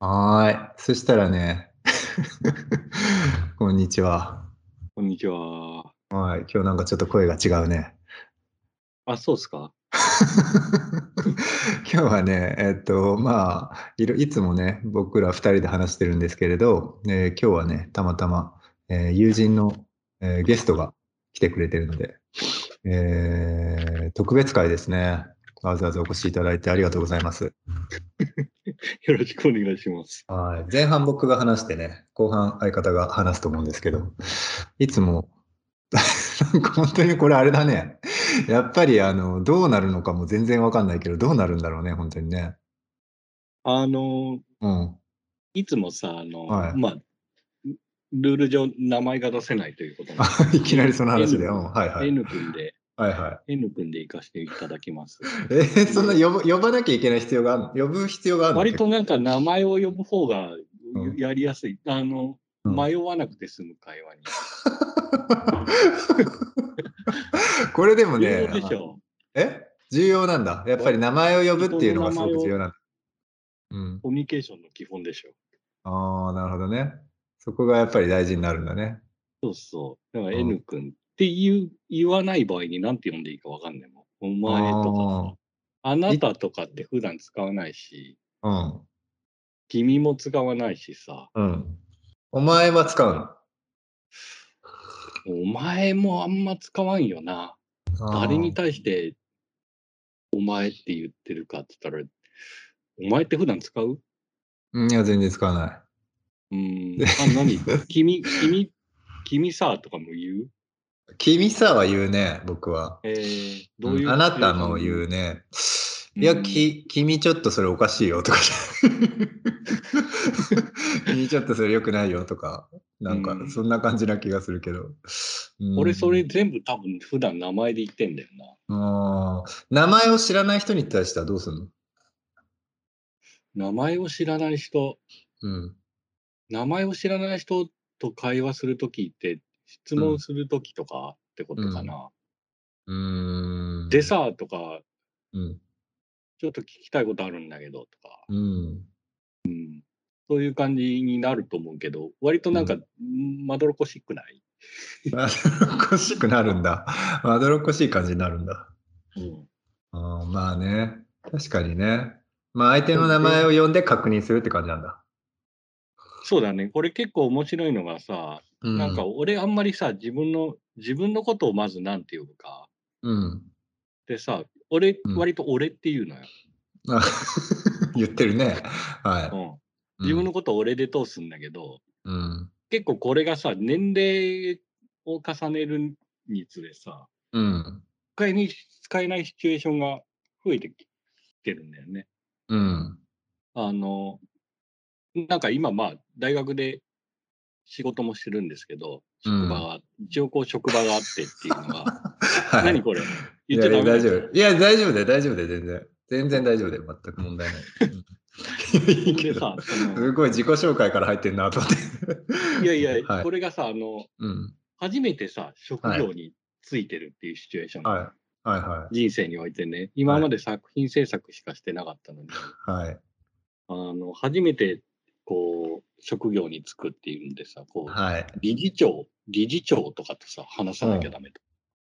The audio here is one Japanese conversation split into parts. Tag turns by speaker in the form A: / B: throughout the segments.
A: はい。そしたらね、 こんにちは。
B: こんにちは。
A: はい。今日なんかちょっと声が違うね。
B: あ、そうっすか
A: 今日はね、えっと、まあ、いろいつもね、僕ら2人で話してるんですけれど、えー今日はね、たまたま、えー友人の、えーゲストが来てくれてるので、えー特別会ですね。わざわざお越しいただいてありがとうございます。
B: よろしくお願いします。
A: はい、前半僕が話してね、後半相方が話すと思うんですけど、いつも、 なんか本当にこれあれだね。やっぱりあの、どうなるのかも全然わかんないけど、どうなるんだろうね、本当にね。
B: あの、
A: うん。
B: いつもさ、あの、
A: はい
B: まあ、ルール上名前が出せないということなんで
A: あいきなりその話で。う
B: N
A: ん、 はいはい。
B: N 君で、
A: はいはい。
B: N 君で行かせていただきます。
A: えーそんな呼ば呼ばなきゃいけない必要があるの呼ぶ必要があるの
B: 割となんか名前を呼ぶ方が
A: うん
B: やりやすい。あの、
A: うん
B: 迷わなくて済む会話に。
A: これでも
B: 重
A: ね
B: 要、でしょ
A: え重要なんだ。やっぱり名前を呼ぶっていうのがすごく重要なんだ。うん。
B: コミュニケーションの基本でしょ
A: ああ、なるほどね。そこがやっぱり大事になるんだね。
B: そうそう。だから
A: うん
B: N 君って言う言わない場合に何て呼んでいいかわかんないもん。お前とかさ。あなたとかって普段使わないし、
A: あー
B: 君も使わないしさ、
A: うん。うん。お前は使うの
B: お前もあんま使わんよな。誰に対して、お前って言ってるかって言ったら、お前って普段使う
A: うんいや、全然使わな
B: う ーん。あ、何君、君、君さとかも言う
A: い。君さは言うね、僕は。
B: えー、どういう、
A: んあなたも言うね。いや、き、君ちょっとそれおかしい よとか。君ちょっとそれ良くないよとか。なんか
B: う、ん
A: そんな感じな気がするけど。うん
B: 俺それ全部多分普段名前で言ってんだよ
A: あー名前を知らない人に対してはどうするの
B: な。名前を知らない人、
A: うん。
B: 名前を知らない人と会話するときって、質問するときとかってことかな。
A: うーん。
B: でさとか、
A: うん。
B: ちょっと聞きたいことあるんだけどとか、
A: うん。
B: そういう感じになると思うけど、割となんか、
A: う
B: まどろっこしくない、
A: まどろっこしくなるんだ。まどろっこしい感じになるんだ。あーまあね。確かにね。まあ相手の名前を呼んで確認するって感じなんだ。
B: そうだね、これ結構面白いのがさ、
A: う
B: なんか俺あんまりさ、自分の、自分のことをまずなんて呼ぶか。
A: うん。
B: でさ、俺
A: う、ん
B: 割と俺っていうのよ。
A: あ言ってるね。は
B: うん
A: い。
B: 自分のことを俺で通すんだけど、
A: うん。
B: 結構これがさ、年齢を重ねるにつれさ、
A: うん。
B: 使えに使えないシチュエーションが増えてきてるんだよね。
A: うん。
B: あの、なんか今、まあ、大学で仕事もしてるんですけど、
A: うん
B: 職場が、一応こう職場があってっていうのが、
A: はい。
B: 何これ言っちゃ
A: いや
B: ダ
A: いや
B: メ
A: 大丈夫。いや、大丈夫だよ、大丈夫だよ、全然。全然大丈夫だよ、全く問題ない。うんいいけ
B: で
A: ど
B: さ、その
A: すごい自己紹介から入ってるなと思って。
B: いやいや、
A: はい
B: こ。れがさ、あの、
A: うん。
B: 初めてさ、職業についてるっていうシチュエーション。
A: はい。はいは
B: 人生においてね、今まで作品制作しかしてなかったのに、
A: い。はい。
B: あの、初めて、こう、職業に就くっていうんでさ、こう、
A: はい。
B: 理事長、理事長とかとさ、話さなきゃダメと。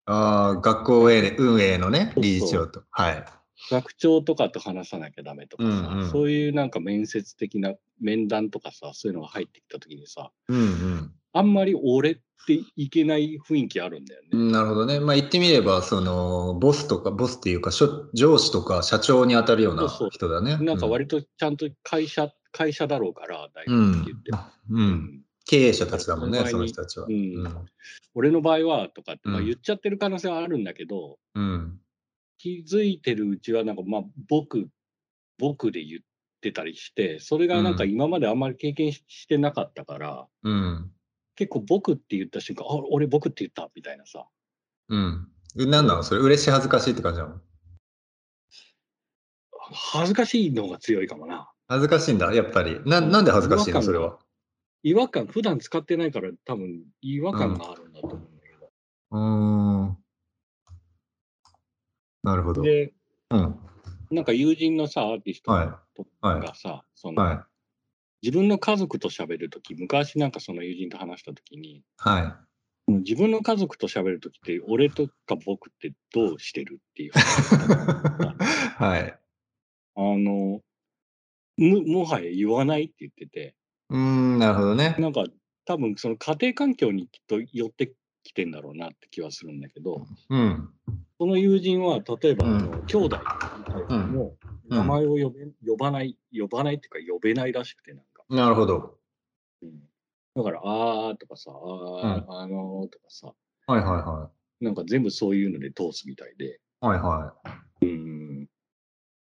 A: ああ、学校運営運営のね、
B: そうそう
A: 理事長と。はい。
B: 学長とかと話さなきゃダメとかさ、
A: うんうん
B: そういうなんか面接的な面談とかさ、そういうのが入ってきたときにさ、
A: うん
B: あんまり俺っていけない雰囲気あるんだよね。
A: うん。なるほどね。まあ言ってみれば、その、ボスとか、ボスっていうか、しょ上司とか社長に当たるような
B: そうそう
A: 人だね。
B: なんか割とちゃんと会社、会社だろうから、大
A: う
B: 丈夫
A: ん
B: って言って。
A: うん。うん。経営者たちだもんね、
B: お互いに
A: その人たちは。
B: うん
A: うん。
B: 俺の場合は、とかって、まあ、
A: うん
B: 言っちゃってる可能性はあるんだけど、
A: うん。
B: 気づいてるうちは、なんかまあ、僕、僕で言ってたりして、それがなんか今まであんまり経験ししてなかったから、
A: うん。
B: 結構僕って言った瞬間、あ、俺僕って言ったみたいなさ、
A: うん。何なのそれ、嬉しい、恥ずかしいって感じなの
B: 恥ずかしいのが強いかもな。
A: 恥ずかしいんだ、やっぱり。ななんで恥ずかしいのそれは。
B: 違和感、普段使ってないから多分違和感があるんだと思うんだけど。
A: うーん。なるほど。
B: で、
A: うん。
B: なんか友人のさ、アーティスト
A: は
B: と
A: はい
B: かさ、そ
A: い。
B: の
A: は
B: 自分の家族と喋るとき、昔なんかその友人と話したときに、
A: は
B: 自分の家族と喋るときって、俺とか僕ってどうしてるってい
A: い。
B: う。
A: はい。
B: あの、むもはや言わないって言ってて、
A: うーん、なるほどね。
B: なんか多分その家庭環境にきっと寄ってきてんだろうなって気はするんだけど、
A: うん。
B: その友人は例えばあ
A: うん
B: の、兄弟みたいなのも
A: うん
B: 名前を呼べ、呼ばない、呼ばないっていうか呼べないらしくてなんか。
A: なるほど。
B: うんだから、あーとかさ、あー、あのーとかさ、
A: はいはいは
B: なんか全部そういうので通すみたいで。
A: い。はいは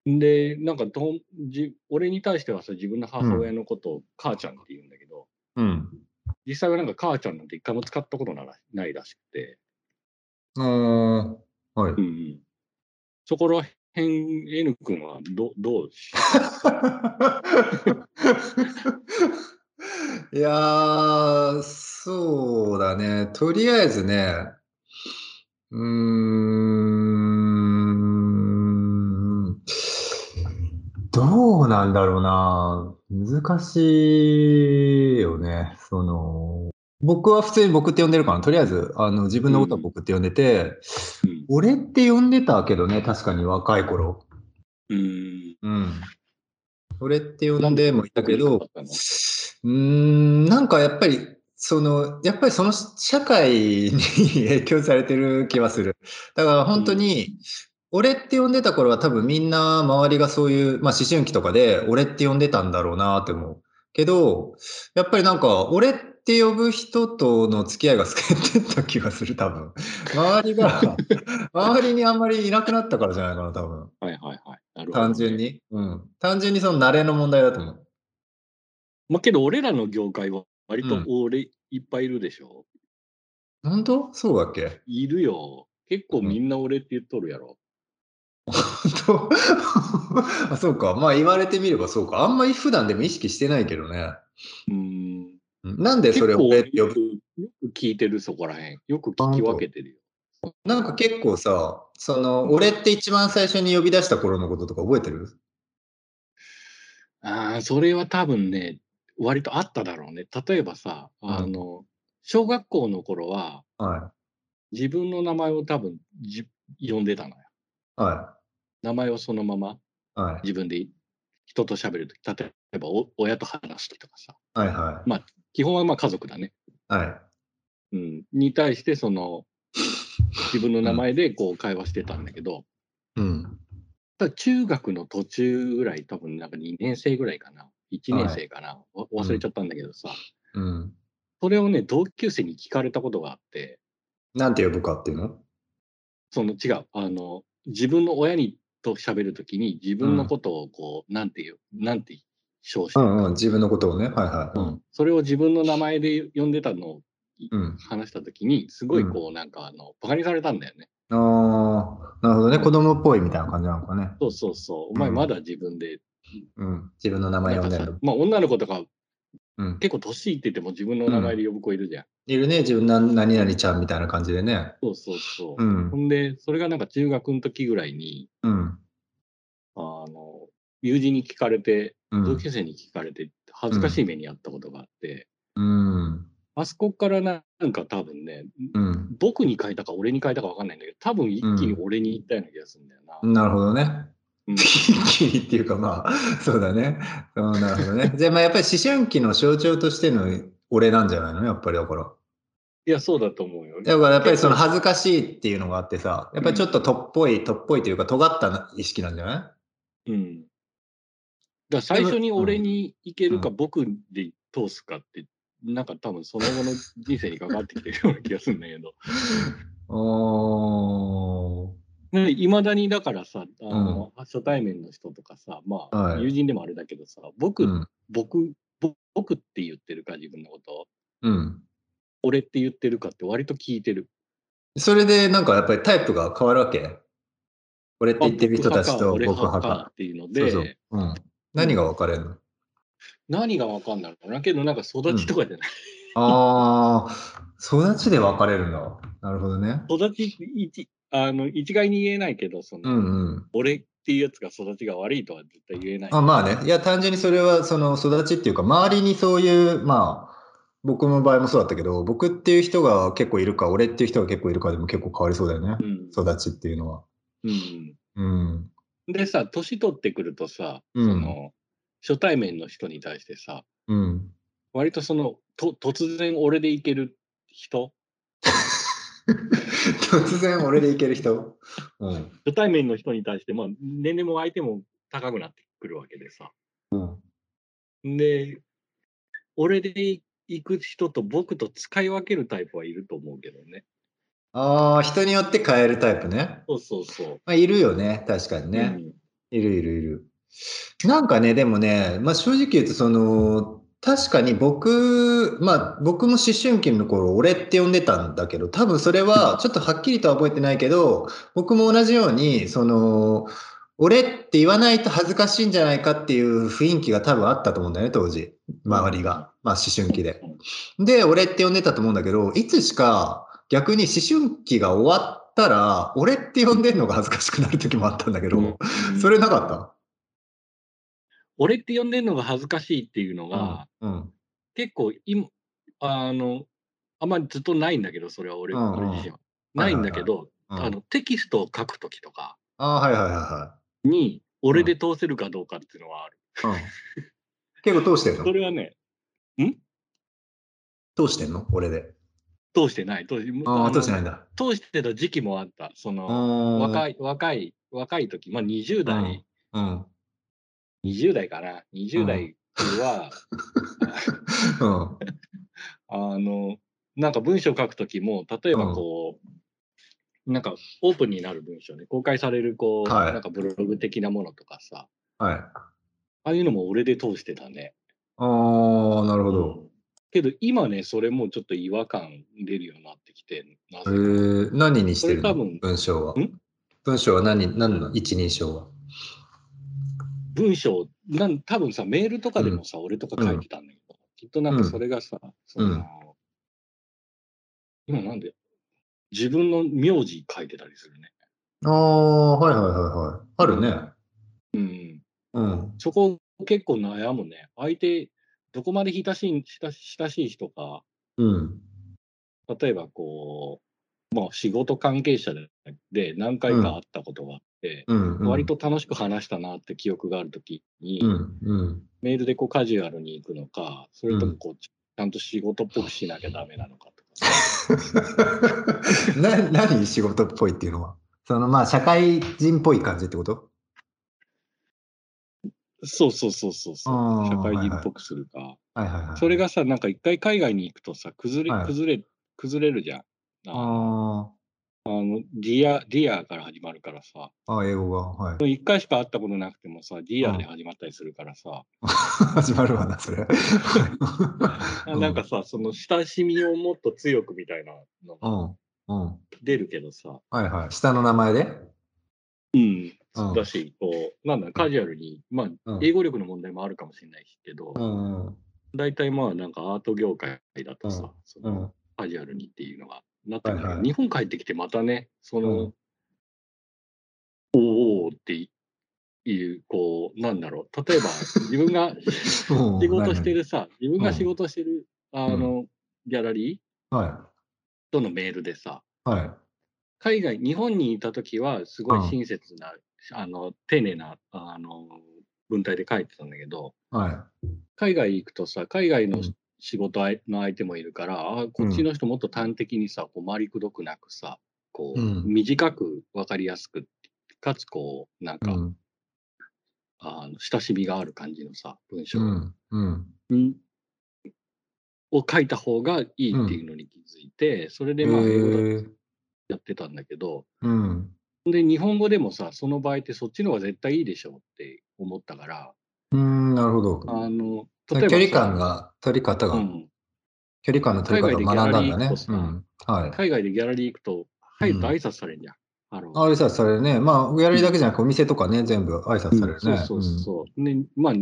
B: で、なんかとじ、俺に対してはさ、自分の母親のことを母ちゃんって言うんだけど、
A: い。うん。
B: 実際はなんか母ちゃんなんて一回も使ったことならないらしくて、
A: おーはい。
B: そこら辺 N 君はどどうし
A: いやー、そうだね。とりあえずね、うーん、どうなんだろうな。難しいよね。その、僕は普通に僕って呼んでるから、とりあえず、あの、自分のことは僕って呼んでて、
B: うん
A: 俺って呼んでたけどね、確かに若い頃。
B: うん
A: うん。俺って呼んでもいたけ
B: な
A: ど、
B: んで
A: う
B: 僕に言
A: ーん、なんかやっぱり、その、やっぱりその社会に影響されてる気はする。だから本当に、俺って呼んでた頃は多分みんな周りがそういう、まあ思春期とかで俺って呼んでたんだろうなって思う。けど、やっぱりなんか俺って呼ぶ人との付き合いが少なくなった気がする、多分。周り が、周りにあんまりいなくなったからじゃないかな、多分。
B: はいはいはい。なるほどね
A: 単純。に。うん。単純にその慣れの問題だと思う。
B: まあけど俺らの業界は割
A: う
B: と
A: ん
B: 俺いっぱいいるでしょ、
A: 本当そうだっけ
B: いるよ。結構みんな俺って言っとるやろ。
A: 本当 あ、そうか。まあ言われてみればそうか。あんまり普段でも意識してないけどね。
B: うん。
A: うんなんで
B: 結
A: それを
B: 構
A: 俺って
B: 俺
A: 呼
B: よ
A: ぶ
B: くよく聞いてるそこら辺。よく聞き分けてるよ。
A: なんか結構さ、その、俺って一番最初に呼び出した頃のこととか覚えてる
B: ああ、それは多分ね、割とあっただろうね。例えばさ、あの、小学校の頃は、
A: は
B: 自分の名前を多分じ呼んでたのよ。
A: い。は
B: 名前をそのまま
A: い。はい。
B: 自分で人と喋るとき、例えばお親と話すときとかさ、
A: はい。はい。
B: 基本はまあ家族だね。
A: はい。
B: うん。に対して、その、自分の名前でこう会話してたんだけど、
A: うん。
B: ただ中学の途中ぐらい、多分なんか2年生ぐらいかな、1年生かな、わ忘れちゃったんだけどさ、
A: うん。
B: それをね、同級生に聞かれたことがあって、
A: なんて呼ぶかっていうの
B: その違う、あの、自分の親にと喋るときに、自分のことをこう、なんていう、なんて称して
A: う
B: る
A: ん
B: か
A: うん。自分のことをね。はいはい。うん。
B: それを自分の名前で呼んでたのを
A: うん。
B: 話したときに、すごいこう、なんかあの、バカにされたんだよね。
A: ああ、なるほどね。子供っぽいみたいな感じなのかね。
B: そうそうそう、お前
A: うん
B: まだ自分で、
A: うん。自分の名前
B: なん
A: 呼ん
B: か
A: だり
B: さ
A: とか。
B: まあ女の子とか
A: うん。
B: 結構年いってても自分の名前で呼ぶ子いるじゃん。
A: いるね、自分な何々ちゃんみたいな感じでね。
B: そうそうそう。
A: うん
B: ほ。んで、それがなんか中学の時ぐらいに、
A: うん。
B: あの、友人に聞かれて、
A: うん
B: 同級生に聞かれて、恥ずかしい目にあったことがあって、
A: うん。
B: あそこからなんか多分ね、
A: うん。
B: 僕に書いたか俺に書いたか分かんないんだけど、多分一気に俺に言ったような気がするんだよな。
A: なるほどね。
B: うん
A: 一気にっていうかまあ、そうだね。うん、なるほどね。じゃあまあやっぱり思春期の象徴としての俺なんじゃないのやっぱりだから。
B: いや、そうだと思うよ。
A: だからやっぱりその恥ずかしいっていうのがあってさ、やっぱりちょっととっぽい、とっぽいというか尖った意識なんじゃない
B: うん。だから最初に俺に行けるか、
A: う
B: 僕で通すかって、なんか多分その後の人生に関わってきてるような気がするんだ けど。
A: おー。
B: いまだにだからさ、あの初対面の人とかさ、まあ、
A: はい
B: 友人でもあれだけどさ、僕、
A: うん。
B: 僕、ぼ僕って言ってるか、自分のことを
A: うん。
B: 俺って言ってるかって割と聞いてる。
A: それでなんかやっぱりタイプが変わるわけ俺って言ってる人たち
B: あ
A: と僕
B: 僕
A: 派
B: 派か俺派か
A: か。
B: っていうので、
A: そうそう。うん。何が分かれるの
B: 何がわかんないのかなけど、なんか育ちとかじゃない。
A: ああ、育ちで分かれるん だ。なるほどね。
B: 育ち一、あの、一概に言えないけど、そ
A: う
B: の、
A: んうん。
B: 俺っていうやつが育ちが悪いとは絶対言えない。
A: あまあね、いや、単純にそれはその育ちっていうか、周りにそういう、まあ、僕の場合もそうだったけど、僕っていう人が結構いるか、俺っていう人が結構いるかでも結構変わりそうだよね、
B: うん
A: 育ちっていうのは。
B: うん
A: うん。
B: でさ、年取ってくるとさ、
A: うん
B: その初対面の人に対してさ、
A: うん。
B: 割とそのと突然俺でいける人、
A: 突然俺でいける人。うん。
B: 初対面の人に対して、まあ、年齢も相手も高くなってくるわけでさ。
A: うん
B: で、俺で行く人と僕と使い分けるタイプはいると思うけどね。
A: ああ、人によって変えるタイプね。
B: そうそうそ
A: まあ、いるよね、確かに
B: う。
A: ね。いるいるいる。なんかね、でもね、まあ、正直言うと、その、確かに僕、まあ、僕も思春期の頃、俺って呼んでたんだけど、多分それは、ちょっとはっきりとは覚えてないけど、僕も同じように、その、俺って言わないと恥ずかしいんじゃないかっていう雰囲気が多分あったと思うんだよね、当時。周りが。まあ、思春期で。で、俺って呼んでたと思うんだけど、いつしか逆に思春期が終わったら、俺って呼んでんのが恥ずかしくなる時もあったんだけど、
B: うん
A: それなか
B: 俺って呼んでるのが恥ずかしいっていうの
A: った
B: が、
A: うん。
B: 結構今あのあんまりずっとないんだけどそれは俺,、
A: うんうん
B: 俺自身はないんだけど、
A: うん
B: あのテキストを書く時とか
A: あーはいはいは
B: に俺で通せるかどうかっていうのはある、
A: い はい。うん、結構通してん
B: そ
A: の
B: れはね
A: 通してんの俺で。
B: 通してない通し
A: あ
B: あ
A: あ、
B: の
A: 通してないんだ。
B: 通してた時期もあったその
A: 若
B: 若
A: い。
B: い若い若い時まあ20代、
A: うん。
B: 20代かな20代 は、
A: うん。
B: あの、なんか文章書くときも、例えばこう、なんかオープンになる文章ね、公開されるこう、
A: はい
B: なんかブログ的なものとかさ、
A: はい。
B: ああいうのも俺で通してたね。
A: ああ、なるほど。
B: けど今ね、それもちょっと違和感出るようになってきて、なぜ
A: え
B: か
A: ー、何にしてる
B: それ
A: の
B: 多分
A: 文章は
B: ん。
A: 文章は何何の一人称は。
B: 文章なん、多分さ、メールとかでもさ、俺とか書いてたんだけど、きっとなんかそれがさ、その、
A: うん
B: 今なんで、自分の名字書いてたりするね。
A: ああ、はいはいはいはい。あるね。
B: うん。
A: うん。
B: そこ結構悩むね。相手、どこまで親しい親し親しい人か、
A: うん。
B: 例えばこう、まあ、仕事関係者でで何回か会ったことがあって、
A: うん。うん
B: 割。と楽しく話したなって記憶があるときに、
A: うん。うん。
B: メールでこうカジュアルに行くのか、それとも
A: うん
B: こうちゃんと仕事っぽくしなきゃダメなのかとか。
A: な 何仕事っぽいっていうのは。そのまあ社会人っぽい感じってこと
B: そうそうそうそうそう。
A: あー
B: 社会人っぽくするか。
A: はいはいはい。
B: それがさ、なんか一回海外に行くとさ、崩れ、
A: はい
B: 崩れ、崩れるじゃん。
A: あー
B: あの、ディア、ディアから始まるからさ。
A: あー、英語が。はい。
B: 一回しか会ったことなくてもさ、ディアで始まったりするからさ、
A: 始まるわな、それ。う
B: なんか、さ、その親しみをもっと強くみたいなの
A: う
B: が
A: ん。うん。
B: 出るけどさ、
A: はいはい。下の名前で
B: うん、
A: うん
B: だし、こう、なんだ、カジュアルに、まあ、
A: うん
B: 英語力の問題もあるかもしれないけど
A: う、ん。うん
B: 大体まあ、なんかアート業界だ
A: う
B: と
A: ん
B: さ、その
A: うん。
B: カジュアルにっていうのがなってくるけど
A: はいはい
B: 日本帰ってきてまたね、その、
A: うん
B: おーおーっていう、こう、なんだろう、例えば自分 が、 仕事してるさ、自分が仕事してる、あの、ギャラリー
A: 何。
B: とのメールでさ、
A: はい。はい。
B: 海外、日本にいた時は、すご
A: う
B: い
A: ん
B: 親切な、あの、丁寧な、あの、文体で書いてたんだけど、
A: は
B: 海外行くとさ、海外
A: う
B: の
A: ん
B: 仕事あいの相手もいるから、あこっちの人もっと端的にさ、こう、回りくどくなくさ、こう、
A: うん
B: 短く分かりやすく、かつこう、なん
A: い。う
B: か、
A: ん。
B: あの親しみがある感じのさ、文章
A: うん。うん。
B: を書いた方がいいっていうのに気づいて、それでまあ
A: え
B: 英語だと
A: ー
B: やってたんだけど、
A: うん。
B: で日本語でもさその場合ってそっちの方が絶対いいでしょうって思ったから
A: うん、なるほど。
B: あの
A: 距
B: 例えばさ
A: 離感が、取り方
B: う
A: が、
B: ん、
A: 距離感の取り方を学んだんだね。うん。はい。
B: 海外でギャラリー行くと入ると
A: うん
B: 挨拶されるじゃん。あの
A: あ挨拶されるね。まあ、やりだけじゃなく、お店とかね、全部挨拶されるね。
B: うんそうそうそう。ねまあ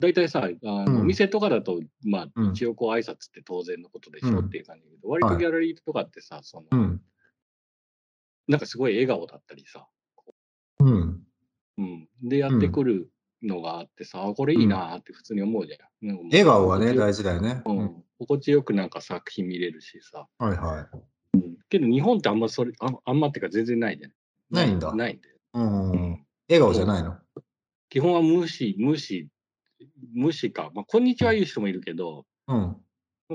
B: 大体さあの、
A: うん
B: お店とかだと、まあ、
A: うん
B: 一応こう挨拶って当然のことでしょうっていう感じだけど、割
A: は
B: と
A: い
B: ギャラリーとかってさ、その
A: うん。
B: なんかすごい笑顔だったりさ、
A: うん。
B: でやってくるのがあってさ、あこれいいなーって普通に思うじゃん。なんかもう
A: 笑顔はね、大事だよね。
B: う。ん、心地よくなんか作品見れるしさ。
A: はいはい。
B: けど日本ってあんまそれ、あんあんまっていうか全然ないじゃん。
A: ないんだ
B: ないんだよ。
A: うんう
B: うん
A: うん。
B: ん
A: 笑顔じゃないの。
B: 基本は無視、無視、無視か。まあ、こんにちは言う人もいるけど、
A: うん。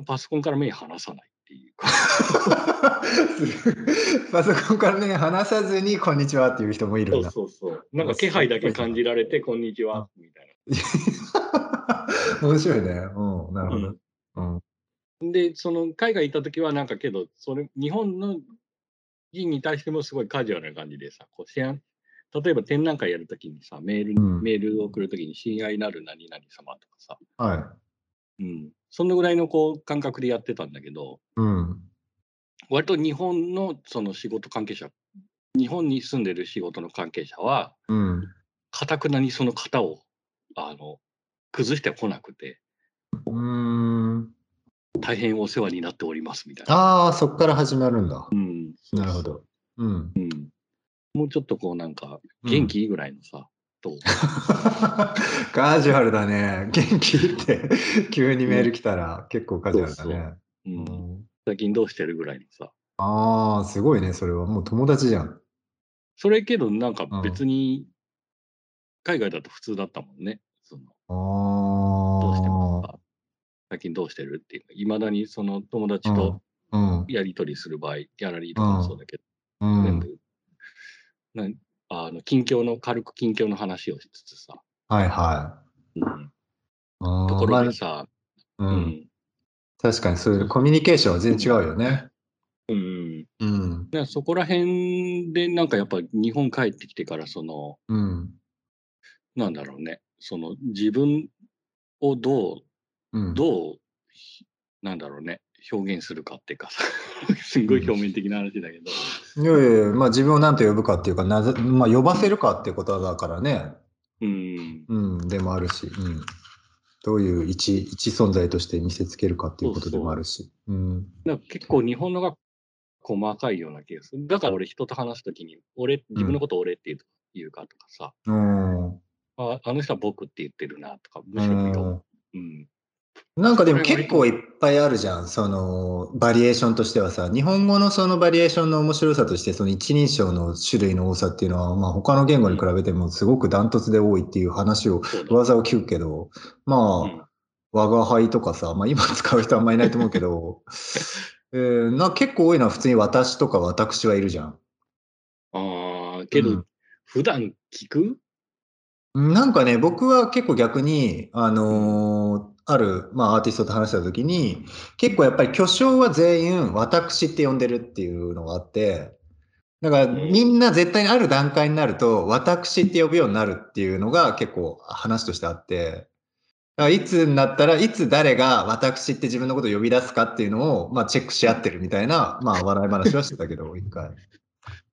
B: パソコンから目離さないっていうか。
A: パソコンからね、話さずに、こんにちはっていう人もいる
B: そ
A: ん
B: う
A: だ。
B: そうそう。なんか気配だけ感じられて、こんにちは、みたい
A: 面白いね。うん、なるほ
B: な。
A: ど。うん。
B: で、その海外行った時はなんかけど、それ、日本の人に対してもすごいカジュアルな感じでさ、こう知らん例えば展覧会やるときにさ、メールに、
A: うん
B: メールを送るときに親愛なる何々様とかさ、
A: はい。
B: うん。そのぐらいのこう感覚でやってたんだけど、
A: うん。
B: 割と日本のその仕事関係者、日本に住んでる仕事の関係者は、
A: うん。
B: かたくなにその型を、あの、崩してこなくて、
A: うーん。
B: 大変お世話になっておりますみたいな。
A: ああ、そこから始まるんだ
B: う。ん。そうそ
A: な
B: う
A: るほ。ど。うん。
B: もうちょっとこうなんか、元 気いいぐらいのさ、と。
A: カジュアルだね。元気って、 急にメール来たら結構カジュアルだ
B: そ
A: ね。
B: う。
A: うんん
B: 最近どうしてるぐらいのさ。
A: ああ、すごいね。それはもう友達じゃん。
B: それけどなんか別に、海外だと普通だったもんね。その、
A: ああ。
B: どうしてますか最近どうしてるっていうの。いまだにその友達と
A: うん。
B: やりとりする場合、ギャラリーとかもそうだけど、
A: うん。う
B: 全
A: ん。
B: 部、なんあの、近況の、軽く近況の話をしつつさ。
A: はいは
B: うん
A: い。うん
B: ところでさ、
A: まあ
B: う
A: うん。
B: ん。
A: 確かにそういうコミュニケーションは全然違うよね。
B: うん。
A: うん。
B: だからそこら辺でなんかやっぱ日本帰ってきてからその
A: うん。
B: なんだろうねその自分をど
A: うん
B: うどうひなんだろうね表現するかっていうかさ すんごい表面的な話だけど、
A: いやいやいや、まあ自分を何と呼ぶかっていうか、なぜ、まあ呼ばせるかってことだからね。
B: うん、
A: うん、でもあるし、うん。どういう一、一存在として見せつけるかっていうことでもあるし。うん。
B: なんか結構日本のが細かいような気がするだから俺人と話すときに俺自分のこと俺って言うと言うかとかさ、
A: うん。う
B: ああの人は僕って言ってるなとかむしろよ、
A: ん。
B: うん
A: なんかでも結構いっぱいあるじゃん。その、バリエーションとしてはさ、日本語のそのバリエーションの面白さとして、その一人称の種類の多さっていうのは、まあ他の言語に比べてもすごくダントツで多いっていう話を、
B: そうだ
A: 噂を聞くけど、まあ、
B: うん
A: 我が輩とかさ、まあ今使う人あんまいないと思うけ ど、えーな結構多いのは普通に私とか私はいるじゃん。
B: ああけど、
A: うん
B: 普段聞く
A: なんかね、僕は結構逆に、あのーある、まあアーティストと話した時に、結構やっぱり巨匠は全員私って呼んでるっていうのがあって、だから
B: うん
A: みんな絶対にある段階になると、私って呼ぶようになるっていうのが結構話としてあって、だからいつになったらいつ誰が私って自分のことを呼び出すかっていうのを、まあ、チェックし合ってるみたいな、まあ、笑い話はしてたけど、一回。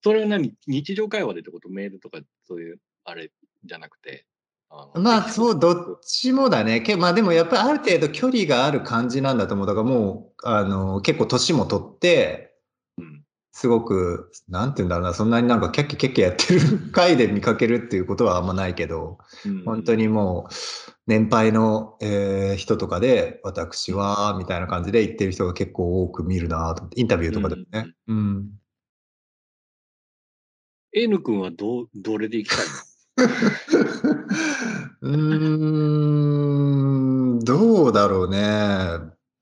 B: それは何日常会話でってことメールとかそういうあれじゃなくて。の
A: まあそう、どっちもだね。けまあでもやっぱりある程度距離がある感じなんだと思う。だからもう、あの、結構年も取って、
B: うん
A: すごく、なんて言うんだろうな、そんなになんかキャッキャキャッキャやってる回で見かけるっていうことはあんまないけど、
B: うん
A: 本当にもう、年配の、えー人とかで、私は、みたいな感じで言ってる人が結構多く見るなと思って、インタビューとかでもね。うん。
B: N 君はどうどれで行きたいの
A: うーん、どうだろうね。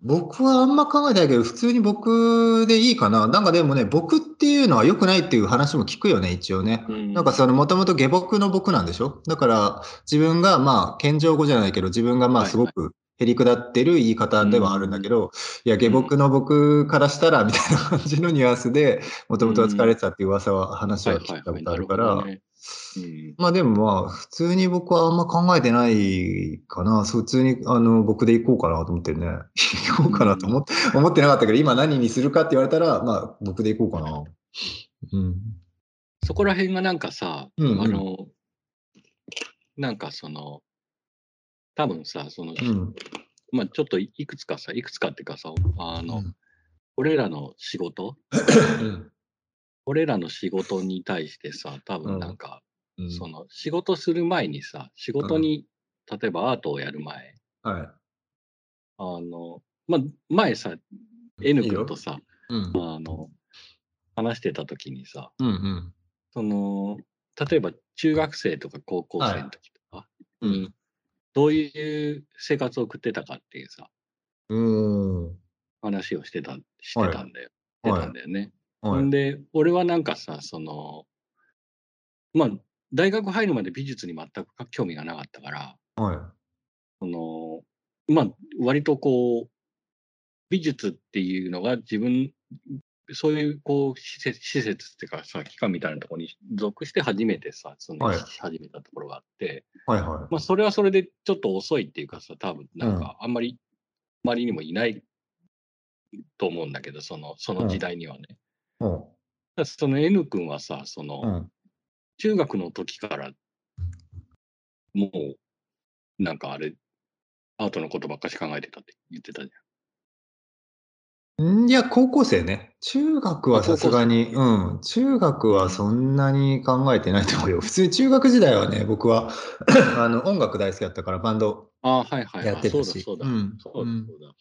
A: 僕はあんま考えてないけど、普通に僕でいいかな。なんかでもね、僕っていうのは良くないっていう話も聞くよね、一応ね。
B: うん
A: なんかその、もともと下僕の僕なんでしょだから、自分がまあ、謙譲語じゃないけど、自分がまあ、
B: はい
A: すごくへりくだってる言い方ではあるんだけど、いや、下僕の僕からしたら、みたいな感じのニュアンスで、もともとは疲れてたっていう噂は、話は聞いたことあるか
B: はい
A: ら
B: はいはいなほど、ねうん
A: まあでもまあ、普通に僕はあんま考えてないかな。そう普通にあの僕で行こうかなと思ってるね。 行こうかなと思って、思ってなかったけど、今何にするかって言われたら、まあ僕で行こうかな。うん。
B: そこら辺がなんかさ、
A: うんうん
B: あのなんかその多分さその、
A: うん。
B: まあ、ちょっといくつかさいくつかっていうかさあの、
A: うん
B: 俺らの仕事
A: うん
B: 俺らの仕事に対してさ多分なんか、
A: うん
B: その仕事する前にさ、仕事に、例えばアートをやる前、
A: は
B: あの、まあ、前さ、N 君とさ、
A: い。うん。
B: あの、話してた時にさ、
A: うんうん。
B: その、例えば中学生とか高校生の時とか
A: う
B: に、
A: ん。
B: どういう生活を送ってたかっていうさ、
A: うん。
B: 話をしてた、してたんだよ。してたんだよね。
A: はい。
B: んで、俺はなんかさ、その、まあ、大学入るまで美術に全く興味がなかったから、
A: はい。
B: その、まあ、割とこう、美術っていうのが自分、そういうこう施設施設っていうかさ、機関みたいなところに属して初めてさ、その
A: はい
B: し始めたところがあって、
A: はいは
B: まあ、それはそれでちょっと遅いっていうかさ、多分なんかあんまり、周りにもいないと思うんだけど、そのその時代にはね。
A: い。も、
B: だからその N 君はさ、そう
A: う
B: の
A: ん。
B: 中学の時から、もう、なんかあれ、アートのことばっかし考えてたって言ってたじ
A: んいや、高校生ね。中学はさすがに、うん。中学はそんなに考えてないと思うよ。普通に中学時代はね、僕は、 あの、音楽大好きだったからバンド
B: ゃん。ああ、はいはい、はい。
A: やってた
B: あ
A: し。
B: そうだ、そうだ。
A: ん
B: そうだ、そうだ。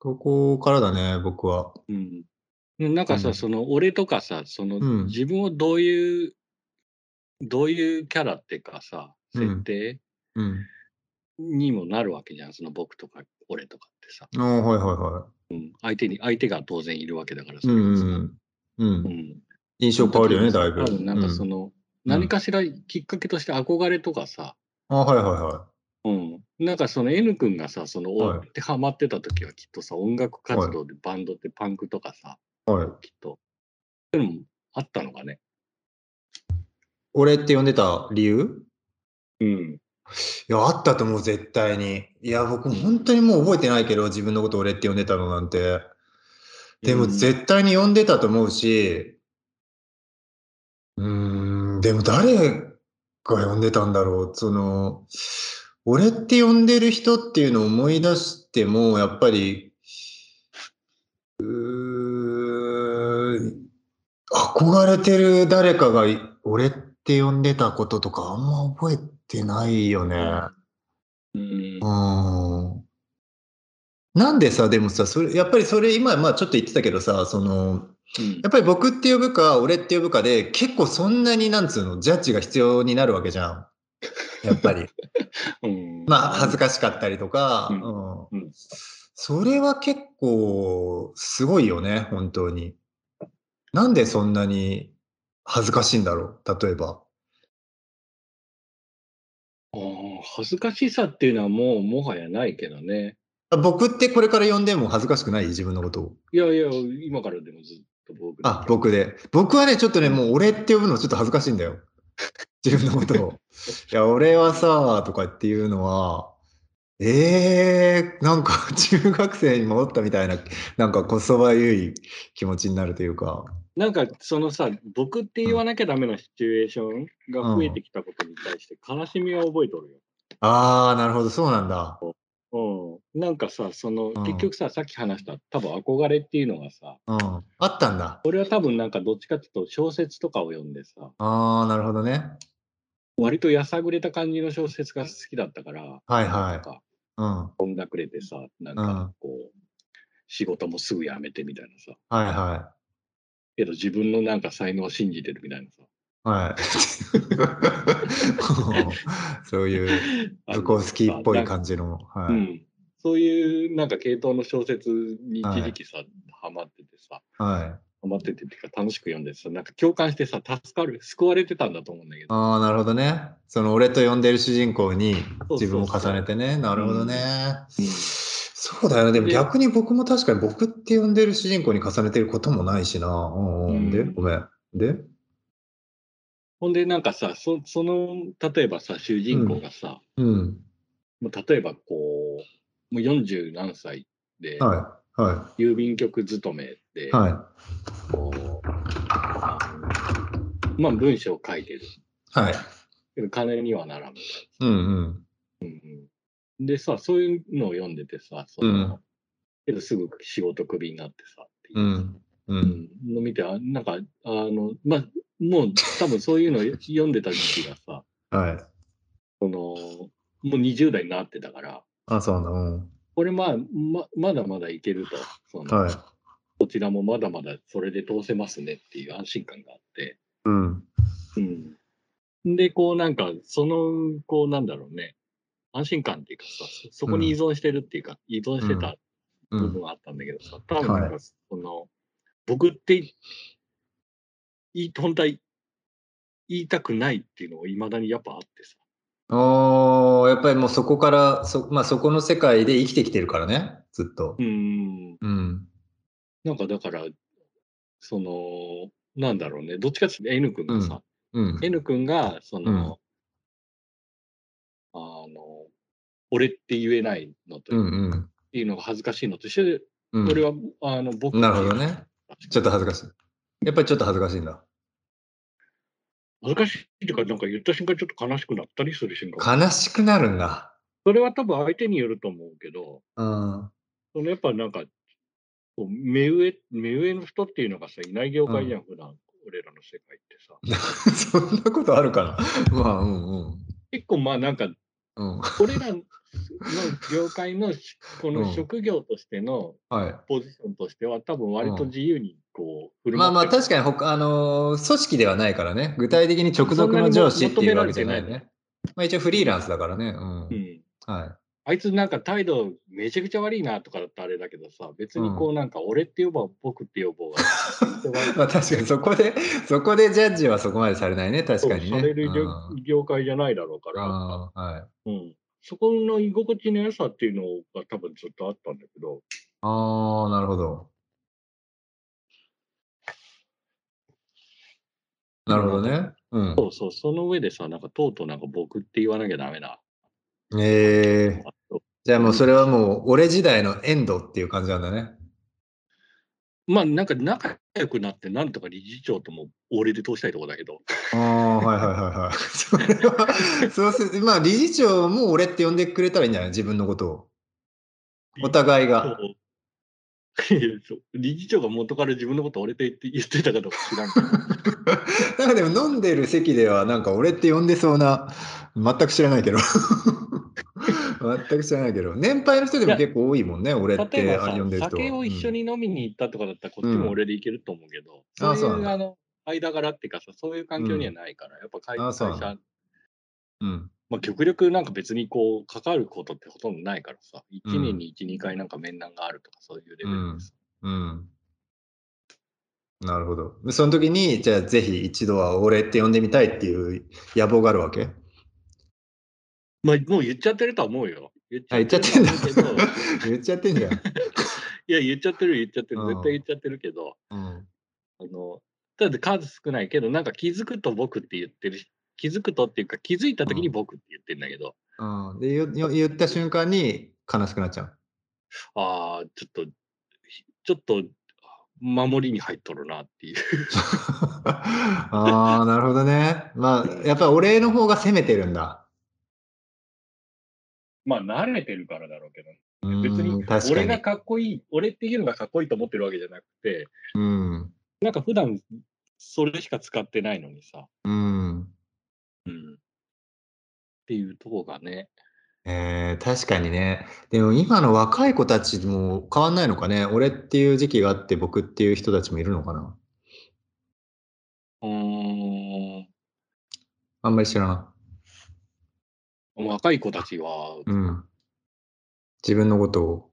A: 高校からだね、僕は。
B: うん。なんかさ、
A: うん
B: その、俺とかさ、その、
A: うん
B: 自分をどういう、どういうキャラっていうかさ、
A: うん
B: 設定
A: うん。
B: にもなるわけじゃん。その僕とか、俺とかってさ。
A: ああ、はいはいは
B: 相手に、相手が当然いるわけだから
A: い。
B: さ。
A: うんう
B: それは
A: んう
B: さ
A: ん。う。
B: うんん。
A: 印象変わるよね、だいぶ。
B: 多分なんかそ
A: うん
B: の、何かしらきっかけとして憧れとかさ、
A: ああ、はいはいは
B: うん、なんかその N 君がさ、その、
A: はい
B: ってハマってた時はきっとさ、音楽活動でバンドってパンクとかさ、
A: い。はい。
B: きっと、そういうのもあったのかね。
A: 俺って呼んでた理由
B: うん。
A: いや、あったと思う、絶対に。いや、僕、本当にもう覚えてないけど、自分のこと俺って呼んでたのなんて。でも、
B: うん
A: 絶対に呼んでたと思うし、うーん、でも誰が呼んでたんだろう。その、俺って呼んでる人っていうのを思い出しても、やっぱり、うーん、憧れてる誰かがい俺って呼んでたこととかあんま覚えてないよね。
B: うん
A: う。ん。なんでさ、でもさ、それ、やっぱりそれ今、まあちょっと言ってたけどさ、その、
B: うん
A: やっぱり僕って呼ぶか、俺って呼ぶかで、結構そんなになんつうの、ジャッジが必要になるわけじゃん。やっぱり。
B: うん
A: まあ、恥ずかしかったりとか、
B: うん
A: う
B: うん
A: んそれは結構すごいよね、本当に。なんでそんなに恥ずかしいんだろう、例えば。
B: あー恥ずかしさっていうのはもうもはやないけどね。
A: あ僕ってこれから呼んでも恥ずかしくない自分のことを。
B: いやいや、今からでもずっと僕だ
A: あ、僕で。僕はね、ちょっとね、もう俺って呼ぶのちょっと恥ずかしいんだよ。 自分のことを。いや、俺はさ、とかっていうのは、えー、なんか 中学生に戻ったみたいな、なんかこそばゆい気持ちになるというか。
B: なんかそのさ、僕って言わなきゃダメなシチュエーションが増えてきたことに対して悲しみは覚えとるよ。
A: あー、なるほど、そうなんだ。
B: うん、なんかさ、その、結局さ、さっき話した、多分憧れっていうのがさ、
A: うん。あったんだ。
B: 俺は多分なんかどっちかっていうと小説とかを読んでさ、
A: あー、なるほどね。
B: 割とやさぐれた感じの小説が好きだったから、
A: はい
B: なん
A: は
B: か、
A: い。うん。はい
B: こんなくれてさ、なん
A: うん
B: かこう、仕事もすぐ辞めてみたいなさ、
A: は
B: けど自分のなんか才能を信じてるみたいなさ、
A: い。 はい。そういう、
B: あの
A: 向こう好きっぽい
B: なんか
A: 感じの。は
B: う
A: い。
B: ん。そういうなんか系統の小説に一時期さ、ハマっててさ、
A: はい。
B: ハマっててっていうか楽しく読んでさ、なんか共感してさ、助かる、救われてたんだと思うんだけど、
A: ああ、なるほどね。その俺と呼んでる主人公に
B: そうそう
A: 自分を重ねてね。なるほどね。
B: うん
A: そうだよね。でも
B: で
A: 逆に僕も確かに僕って呼んでる主人公に重ねてることもないしな。うんうん、で、
B: うん
A: ごめん。で、
B: ほんで、なんかさ、そその、例えばさ、主人公がさ、
A: うん。
B: もう例えばこう、もう40何歳で、
A: はい。は
B: 郵便局勤めで、
A: い。はい。
B: こうあのまあ文章を書いてる。
A: はい。
B: けど金にはならん。
A: うんうん。
B: でさ、そういうのを読んでてさ、その
A: うん
B: けどすぐ仕事クビになってさ、っていうう。
A: ん。うん。
B: の見て、あなんか、あの、まあ、もう多分そういうの読んでた時期がさ、
A: はい。
B: その、もう20代になってたから、
A: あ、そうなの。
B: これまあ、ままだまだいけると、そ
A: うん
B: の
A: はい。
B: こちらもまだまだそれで通せますねっていう安心感があって、
A: うん。
B: うん。で、こうなんか、その、こうなんだろうね、安心感っていうかさ、そそこに依存してるっていうか、依存してた
A: う
B: 部分
A: ん。
B: はあったんだけどさ、多分なん
A: は
B: か、その、僕って、いい本当は言いたくないっていうのをいまだにやっぱあってさ、
A: おーやっぱりもうそこから、そ,、まあ、そこの世界で生きてきてるからね、ずっと
B: う。ん。
A: うん。
B: なんかだから、その、なんだろうね、どっちかっていうと N 君がさ、
A: うん。
B: N 君が、その、あの、俺って言えないのと、
A: うん
B: っ
A: うん。
B: ていうのが恥ずかしいのと一緒で、
A: うん、
B: それは、あの、僕
A: なるほどね。ちょっと
B: 恥
A: 恥ずかしい。やっぱりちょっと恥ずかしいんだ。
B: ずかしいっていうか、なんか言った瞬間ちょっと悲しくなったりする瞬間。
A: 悲しくなるんだ。
B: それは多分相手によると思うけど、
A: うん。
B: そのやっぱなんか、こう目上、目上の人っていうのがさ、いない業界じゃん、普段、俺らの世界ってさ。
A: そんなことあるかな。まあ、うんうん。
B: 結構まあなんか、
A: うん。
B: これらの業界のしこ
A: う
B: の
A: ん
B: 職業としての
A: はい。
B: ポジションとしては、多分割と自由にこう振る
A: まあまあ確
B: か
A: かに他、あのー組織ではないからね、具体的に直属の上司っていうわけじゃないよ
B: そんな
A: ね。まあ一応フリーランスだからね。うん。
B: うん、
A: は
B: あいつなんか態度めちゃくちゃ悪いなとかだったらあれだけどさ、別にこうなんか俺って呼ぼう、僕って呼ぼうが、
A: い。まあ確かにそこで、そこでジャッジはそこまでされないね、 確かに
B: そ
A: ね。
B: うされる
A: う
B: 業
A: ん
B: 業界じゃないだろうか
A: う
B: ら、
A: んはい。
B: うん、そこの居心地の良さっていうのが多分ずっとあったんだけど、
A: ああ、なるほど。なるほどね。うん。
B: そうそう、その上でさ、なんかとうとうなんか僕って言わなきゃダメだ。
A: ええ
B: あと
A: じゃあもうそれはもう俺時代のエンドっていう感じなんだね。
B: まあなんか仲良くなって、なんとか理事長とも俺で通したいとこだけど、
A: ああ、はいはいはいはい。それは、そうする。まあ理事長も俺って呼んでくれたらいいんじゃない自分のことを。お互いが。
B: そういやそう理事長が元から自分のこと俺って言って言ってたかどうか知らん けど
A: なんかでも飲んでる席ではなんか俺って呼んでそうな、全く知らない けど。全く知らないけど。年配の人でも結構多いもんね、俺っ
B: 例え
A: て
B: ば
A: あ
B: さ
A: 呼んでる人は。
B: 酒を一緒に飲みに行ったとかだったらこっちも俺で行けると思うけど、
A: ああ
B: そう
A: そうなん
B: いう
A: だ
B: あの間柄っていうかさそういう環境にはないから、やっぱ会
A: ああそうなん
B: 会
A: だ
B: 社、
A: うん。うん。
B: まあ、極力なんか別にこう関わることってほとんどないからさ
A: う
B: 1
A: ん
B: 年に12、回なんか面談があるとかそういうレベルです、
A: うん。なるほど。でその時に、じゃあぜひ一度は俺って呼んでみたいっていう野望があるわけ
B: まあもう言っちゃってるとは思うよ言っ
A: あ、言っちゃってんだ
B: とは思うけど。
A: 言っちゃってん じゃん。
B: いや、言っちゃってる、言っちゃって
A: う
B: る、
A: ん
B: 絶対言っちゃってるけど、
A: うん。
B: あの、だって数少ないけど、なんか気づくと僕って言ってるし、気づくとっていうか、気づいた時に僕って言ってるんだけど、
A: うん、でよよ言った瞬間に悲しくなっちゃう。
B: ああ、ちょっと、ひちょっと、守りに入っとるなっていう。
A: ああ、なるほどね。まあ、やっぱりお礼の方が攻めてるんだ。
B: まあ、慣れてるからだろうけど、
A: う
B: 別に
A: ん、確か
B: 俺
A: に
B: が。かっこいい、俺っていうのがかっこいいと思ってるわけじゃなくて、
A: うん。
B: なんか普段それしか使ってないのにさ、
A: うん。
B: うん。っていうとこがね、
A: えー、確かにね。でも今の若い子たちも変わんないのかね。俺っていう時期があって、僕っていう人たちもいるのかな。
B: うーん、
A: あんまり知らない。
B: 若い子たちは、
A: うん。自分のことを。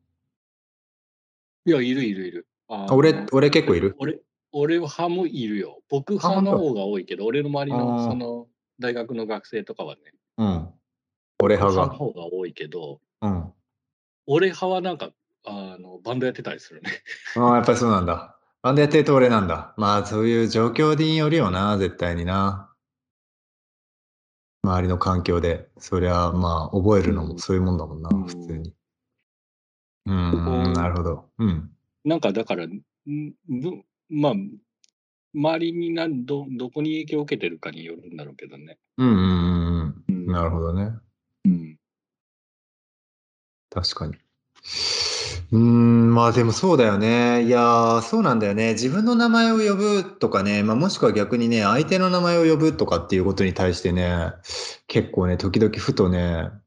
B: いや、いるいるいる。あ
A: あ俺
B: の、
A: 俺結構いる。
B: 俺、俺派もいるよ。僕派
A: あ
B: の
A: 本当
B: 方が多いけど、俺の周り
A: あ
B: の
A: ー
B: その大学の学生とかはね、
A: うん。俺
B: 僕
A: 派
B: 派
A: が。
B: の方が多いけど、
A: うん。あ
B: 俺派はなんか、あの、バンドやってたりするね。
A: あ、やっぱりそうなんだ。バンドやってると俺なんだ。まあそういう状況によるよな、絶対にな。周りの環境で。そりゃ、まあ覚えるの
B: うん
A: もそういうもんだもんな、
B: うん
A: 普通に。うん、なるほど。うん。
B: なんかだから、んぶまあ、周りになんど、どこに影響を受けてるかによるんだろうけどね。
A: うんうんうん
B: う
A: うんん。なるほどね。
B: うん
A: 確かに。うーん、まあでもそうだよね。いやー、そうなんだよね。自分の名前を呼ぶとかね、まあ、もしくは逆にね、相手の名前を呼ぶとかっていうことに対してね、結構ね、時々ふとね、
B: うん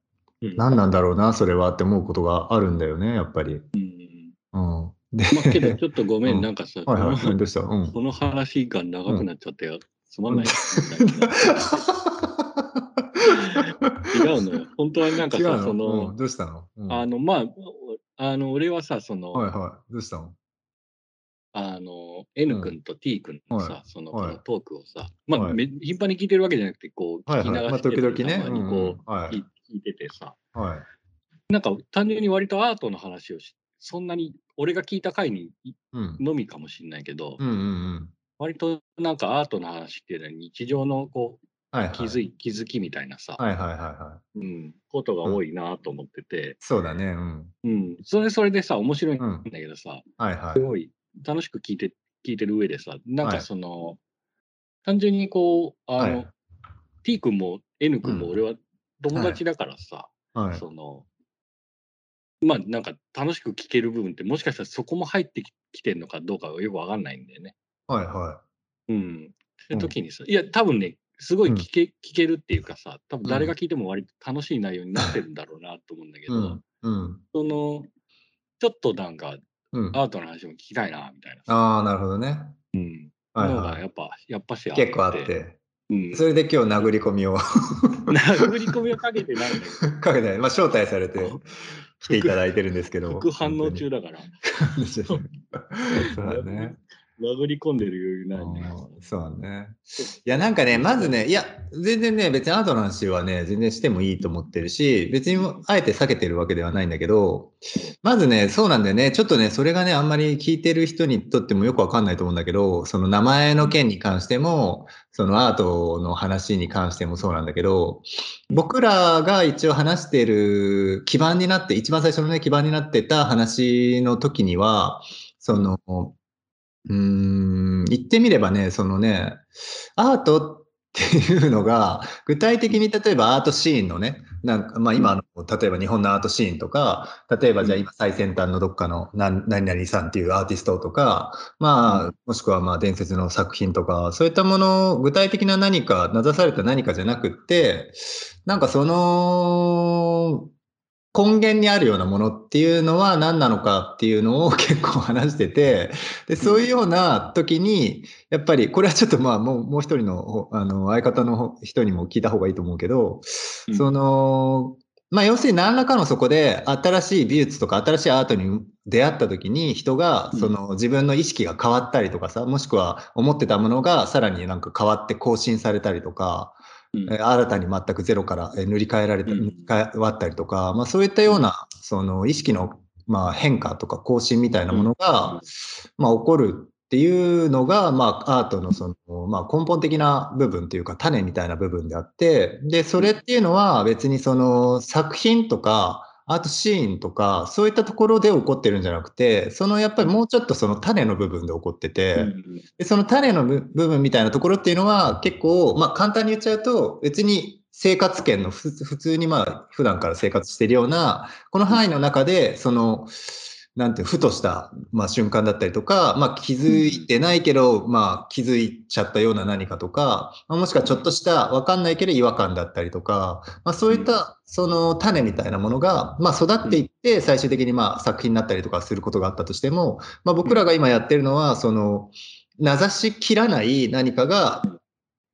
A: 何なんだろうな、それはって思うことがあるんだよね、やっぱり。
B: うん
A: うん。で、
B: まあ、けど、ちょっとごめ
A: うん
B: ん、なんかさ、
A: はいはい、
B: こ
A: う ん
B: の
A: どうしたうん。
B: この話が長くなっちゃって、つまんない。違 うのよ。本当はなんか
A: 違う
B: さ、
A: の
B: その、
A: うんどうしたの、うん
B: あの、まあ、あの、俺はさ、その、
A: はいはい、どうしたの
B: あの、N 君と T 君のさ、その、
A: はい
B: このトークをさ、まあ、
A: はい
B: め頻繁に聞いてるわけじゃなくて、こう、
A: はい
B: 聞き流
A: はい、まあ
B: して
A: 時々ね、
B: た
A: う
B: まに
A: んうん
B: こ
A: は
B: う、聞
A: い
B: い聞いててさ、
A: はい。
B: なんか単純に割とアートの話をし、そんなに、俺が聞いた回に
A: うん。
B: のみかもしれないけど、
A: うんうんうん。
B: 割となんかアートの話っていうのは日常のこう
A: はいはい。
B: 気づい、気づきみたいなさ、
A: はいはいはいはい。
B: うん、ことが多いなと思ってて、
A: そうだね、うん。
B: うん、それそれでさ、面白いんだけどさ、
A: はいはい
B: す。ごい楽しく聞いて、聞いてる上でさ、なん
A: は
B: か
A: い
B: その、単純にこう、あの、
A: はい
B: T 君も N 君
A: う
B: も
A: ん
B: 俺は友達だからさ、
A: はい。
B: その、まあなんか楽しく聞ける部分ってもしかしたらそこも入ってききてるのかどうかはよくわかんないんだよね。
A: はいは
B: うん。って
A: うん
B: 時にさ、いや多分ね、すごい
A: うん
B: 聞け,、聞けるっていうかさ、多分誰が聞いても割と楽しい内容になってるんだろうなと思うんだけ
A: い。う
B: ど、
A: ん。うん。
B: その、ちょっとなんか
A: うん。
B: アートの話も聞きたいな、みたいなさ。
A: ああ、なるほどね。
B: うん
A: はい
B: の
A: は
B: が
A: い。
B: やっぱ、やっぱし
A: 結構あっ。て。
B: うん。
A: それで今日殴り込みを
B: 殴り込みをかけてないんだけ
A: かけて、まあ、招待されて
B: ど、
A: 来ていただいてるんですけど。
B: 副反応中だから、
A: 本当に そうだね。
B: 殴り込んでる余裕ないんだけど
A: うんそうだね。 いや、なんかね、まずね、いや、全然ね、別にアートの話はね、全然してもいいと思ってるし、別にあえて避けてるわけではないんだけど、まずね、そうなんだよね、ちょっとね、それがね、あんまり聞いてる人にとってもよくわかんないと思うんだけど、その名前の件に関しても、そのアートの話に関してもそうなんだけど、僕らが一応話してる基盤になって、一番最初のね、基盤になってた話の時には、その、うーん、言ってみればね、そのね、アートっていうのが、具体的に例えばアートシーンのね、なんかまあ今の、例えば日本のアートシーンとか、例えばじゃあ今最先端のどっかの何何々さんっていうアーティストとか、ま
B: う
A: あ、もしくはまあ伝説の作品とか、そういったもの、具体的な何か、名指された何かじゃなくって、なんかその、根源にあるようなものっていうのは何なのかっていうのを結構話してて、で、そういうような時に、やっぱり、これはちょっとまあ、もう、もう一人の、あの、相方の人にも聞いた方がいいと思うけど、
B: うん
A: その、まあ、要するに何らかのそこで、新しい美術とか新しいアートに出会った時に、人が、
B: うん
A: その、自分の意識が変わったりとかさ、もしくは思ってたものがさらになんか変わって更新されたりとか、
B: うん
A: えー新たに全くゼロからえー塗り替えられた、
B: うん
A: 塗り替わったりとか、まあ、そういったようなその意識の、まあ、変化とか更新みたいなものが、まあ、起こるっていうのが、まあ、アートのその、まあ、根本的な部分というか種みたいな部分であってでそれっていうのは別にその作品とかアートシーンとかそういったところで起こってるんじゃなくてそのやっぱりもうちょっとその種の部分で起こってて。
B: うん
A: でその種の部部分みたいなところっていうのは結構、まあ、簡単に言っちゃうと別に生活圏のふ普通にまあ普段から生活してるようなこの範囲の中でそのなんていうふとした、まあ、瞬間だったりとか、まあ、気づいてないけど、まあ、気づいちゃったような何かとか、まあ、もしくはちょっとしたわかんないけど違和感だったりとか、まあ、そういったその種みたいなものが、まあ、育っていって最終的にまあ作品になったりとかすることがあったとしても、まあ、僕らが今やってるのはその、名指しきらない何かが、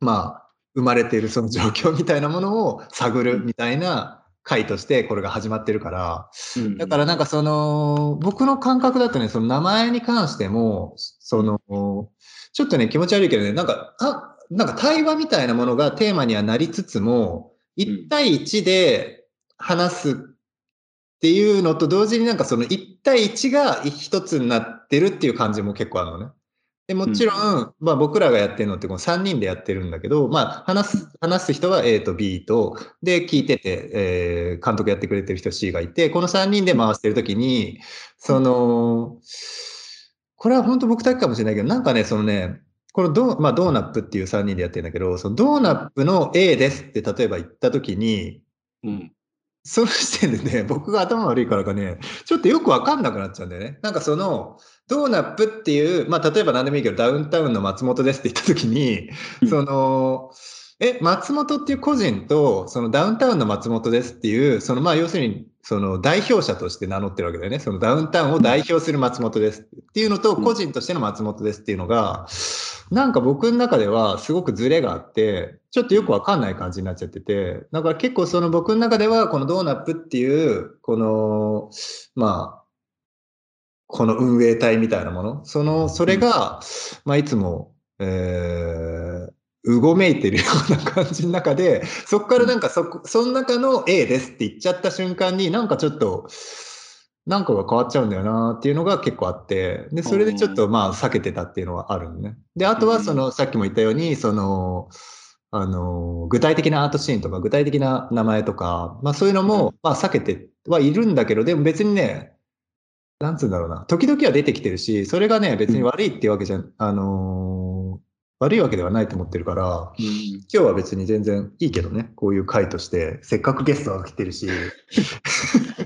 A: まあ、生まれているその状況みたいなものを探るみたいな回としてこれが始まってるから、
B: うん
A: だからなんかその、僕の感覚だとね、その名前に関しても、その、ちょっとね、気持ち悪いけどね、なんか、あ、なんか対話みたいなものがテーマにはなりつつも、1対1で話すっていうのと同時になんかその1対1が一つになってるっていう感じも結構あるのね。でもちろん、まあ僕らがやってるのってこの3人でやってるんだけど、まあ話す、話す人は A と B と、で、聞いてて、えー監督やってくれてる人 C がいて、この3人で回してるときに、その、これは本当僕だけかもしれないけど、なんかね、そのね、このド,、まあ、ドーナップっていう3人でやってるんだけど、そのドーナップの A ですって例えば言ったときに、
B: うん
A: その時点でね、僕が頭悪いからかね、ちょっとよくわかんなくなっちゃうんだよね。なんかその、ドーナップっていう、まあ例えば何でもいいけど、ダウンタウンの松本ですって言った時に、その、え、松本っていう個人と、そのダウンタウンの松本ですっていう、そのまあ要するに、その代表者として名乗ってるわけだよね。そのダウンタウンを代表する松本ですっていうのと、
B: うん
A: 個人としての松本ですっていうのが、なんか僕の中ではすごくズレがあって、ちょっとよくわかんない感じになっちゃってて、だから結構その僕の中では、このドーナップっていう、この、まあ、この運営体みたいなもの、その、それが、まあいつも、えー、うごめいてるような感じの中で、そこからなんかそこ、その中の A ですって言っちゃった瞬間に、なんかちょっと、なんかが変わっちゃうんだよなっていうのが結構あって、で、それでちょっとまあ避けてたっていうのはあるのね。で、あとはその、さっきも言ったように、その、あの、具体的なアートシーンとか、具体的な名前とか、まあそういうのも、まあ避けてはいるんだけど、でも別にね、なんつうんだろうな、時々は出てきてるし、それがね、別に悪いっていうわけじゃ、あのー悪いわけではないと思ってるから、
B: うん
A: 今日は別に全然いいけどね、こういう回として、せっかくゲストが来てるし、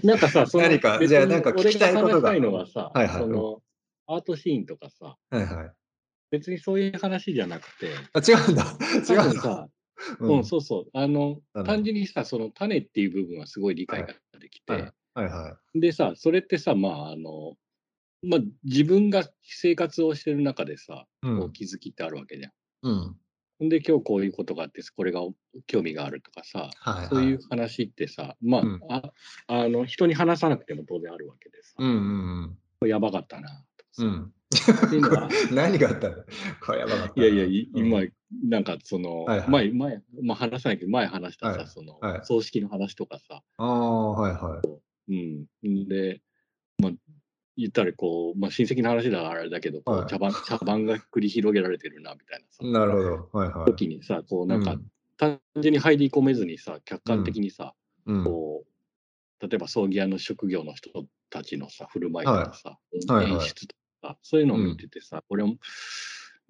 B: なんかさ、その
A: 何か
B: 別に
A: じゃあなんか聞きたいことが
B: 俺話したいのはさ、
A: はいはい
B: そのアートシーンとかさ、
A: はいはい。
B: 別にそういう話じゃなくて、
A: あ、 違うんだ。違
B: 多
A: う
B: 分
A: んだ。
B: さ、
A: う
B: うん、そうそう、あの
A: あの、
B: 単純にさ、その種っていう部分はすごい理解ができて、
A: はいはいは
B: でさ、それってさ、まあ、あの、まあ、自分が生活をしてる中でさ、
A: い。う。
B: こうん気づきってあるわけじゃん。
A: うん。
B: ほんで、今日こういうことがあって、これが興味があるとかさ、
A: はいはい。
B: そういう。話ってさ、まあ、
A: うん
B: ああの人に話さなくても当然あるわけでさ、
A: うんうん
B: やばかったなとか
A: う
B: さ、
A: ん。うん。
B: っていうのが
A: 何があったのこれやばかった
B: い
A: な。
B: やいや、い
A: うん
B: 今、なんかその、
A: はいはい
B: 前、前、まあ、話さないけど、前話したさ、
A: はい
B: その、
A: はい
B: 葬式の話とかさ、
A: ああ、はいはい。
B: うん。で、まあ、言ったらこう、まあ、親戚の話だからあれだけど、こう
A: はい
B: 茶番、茶番が繰り広げられてるな、みたいな さ、
A: なるほど。はいはい。
B: 時にさ、こう、なん
A: う
B: か、単純に入り込めずにさ、客観的にさ、
A: うん。
B: こう、例えば葬儀屋の職業の人たちのさ、振る舞いとかさ、
A: はいはい
B: 演出とか、そういうのを見ててさ、これも、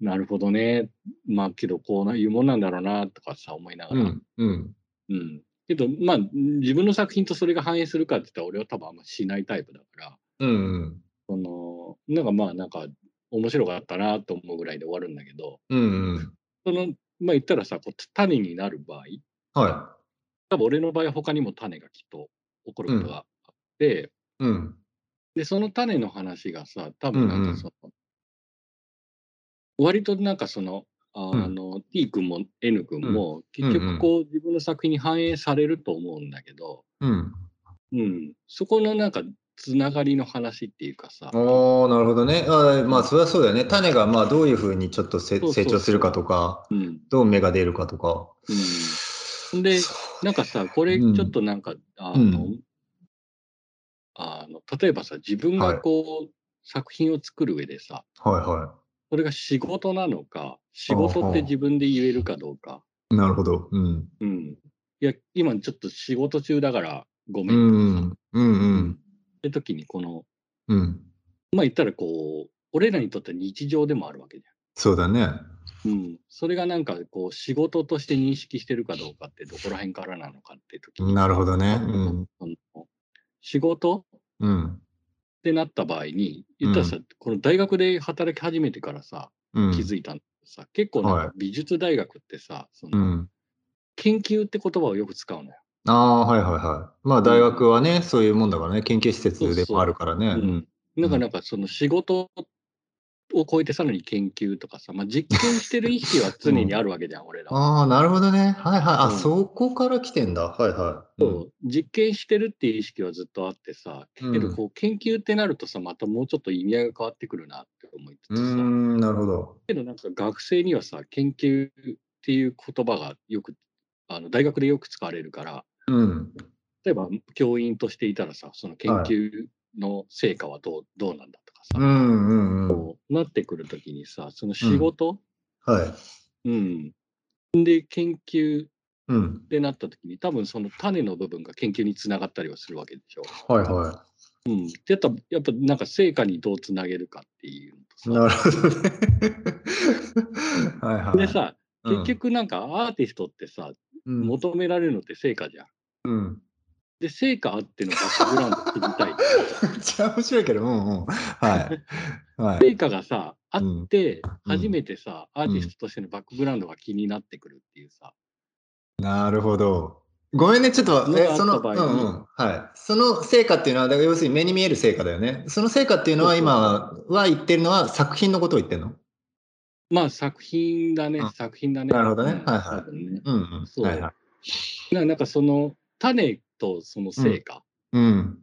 B: なるほどね、まあ、けど、こういうもんなんだろうな、とかさ、思いなが
A: う
B: ら、
A: ん。うん。
B: うん。けど、まあ、自分の作品とそれが反映するかって言ったら、俺は多分あんましないタイプだから、
A: うんうん。
B: その、なんかまあ、なんか、面白かったなと思うぐらいで終わるんだけど、
A: うんうん。
B: その、まあ言ったらさ、こう種になる場合、
A: は
B: 多分俺の場合は他にも種がきっと起こることがあって、
A: い。うん。
B: で、その種の話がさ、多分なんかその、割となんかその、あ
A: うん
B: あの、T 君も N 君も、
A: うん
B: 結局こう自分の作品に反映されると思うんだけど、
A: うん。
B: うん、そこのなんかつながりの話っていうかさ、
A: おー、なるほどね。あーまあ、それはそうだよね。種が、まあ、どういうふうにちょっとせ
B: そうそうそう
A: 成長するかとか、
B: うん
A: どう芽が出るかとか。
B: うんで
A: そ
B: なんかさこれち
A: うん
B: ょっとなんか、あの、
A: う
B: あの例えばさ自分
A: はい
B: がこう、作品を作る上でさ
A: うはいは
B: それが仕事なのか仕事って自分で言えるかどうか、
A: い。なるほど。うん。
B: うん、いや今ちょっと仕事中だからごめ
A: うん
B: とかさ、
A: ん。うんうん。
B: って時にこの
A: うん。
B: まあ言ったらこう俺らにとっては日常でもあるわけじゃん
A: そうだね。
B: うん、それがなんかこう仕事として認識してるかどうかってどこら辺からなのかって時に
A: なるほどね。うん。
B: その仕事っ
A: うん。
B: てなった場合に言ったらさ、この大学で働き始めてからさ
A: うん。
B: 気づいたんだけどさ、結構なん
A: はい
B: か美術大学ってさそうの
A: ん。
B: 研究って言葉をよく使うのよ。
A: ああ、はいはいはい。まあ、大学はね、そういうもんだからね、研究施設でもあるからね。
B: う
A: うん
B: ん。なんかなんかその仕事を超えてさらに研究とかさ、まあ、実験してる意識は常にあるわけじゃん、俺らは。
A: ああ、なるほどね。はいはい。あ、
B: うん
A: そこから来てんだ。はいはい。
B: そう実験してるっていう意識はずっとあってさ、
A: うん
B: けどこう研究ってなるとさまたもうちょっと意味合いが変わってくるなって思いつ
A: う
B: つさ、
A: ーん、なるほど。
B: けどなんか学生にはさ研究っていう言葉がよくあの大学でよく使われるから
A: うん。
B: 例えば教員としていたらさその研究の成果はどう,、どうなんだとかさ、
A: うんうんうん。
B: こうなってくるときにさその仕事、
A: はい。
B: うんで研究っ
A: うん。
B: てなったときに多分その種の部分が研究につながったりはするわけでしょ。
A: はいは
B: うん、でやっぱやっぱなんか成果にどうつなげるかっていう
A: い。
B: の
A: な
B: と
A: るほどね。 はいはい。
B: さでさ、
A: うん
B: 結、局なんかアーティストってさ、
A: うん
B: 求められるのって成果じゃん。
A: うん。
B: で、成果あってのバックグラウンド知りたい。
A: めっちゃ面白いけど、うんうん。はい。はい。
B: 成果がさ、 あって、初めてさ、アーティストとしてのバックグラウンドが気になってくるっていうさ、
A: なるほど。ごめんね、ちょっと、え
B: のがあった
A: その、うん
B: 場
A: う
B: 合
A: ん、
B: に
A: はい。その成果っていうのは、だから要するに目に見える成果だよね。その成果っていうのは、
B: そうそう
A: 今は言ってるのは作品のことを言ってるの
B: まあ作品だね
A: うん、
B: 作品だね。
A: なるほどね
B: うん
A: はいはい
B: 多分ね
A: うんうん。
B: そう
A: はいはい。
B: ななんかその種とその成果、
A: うん。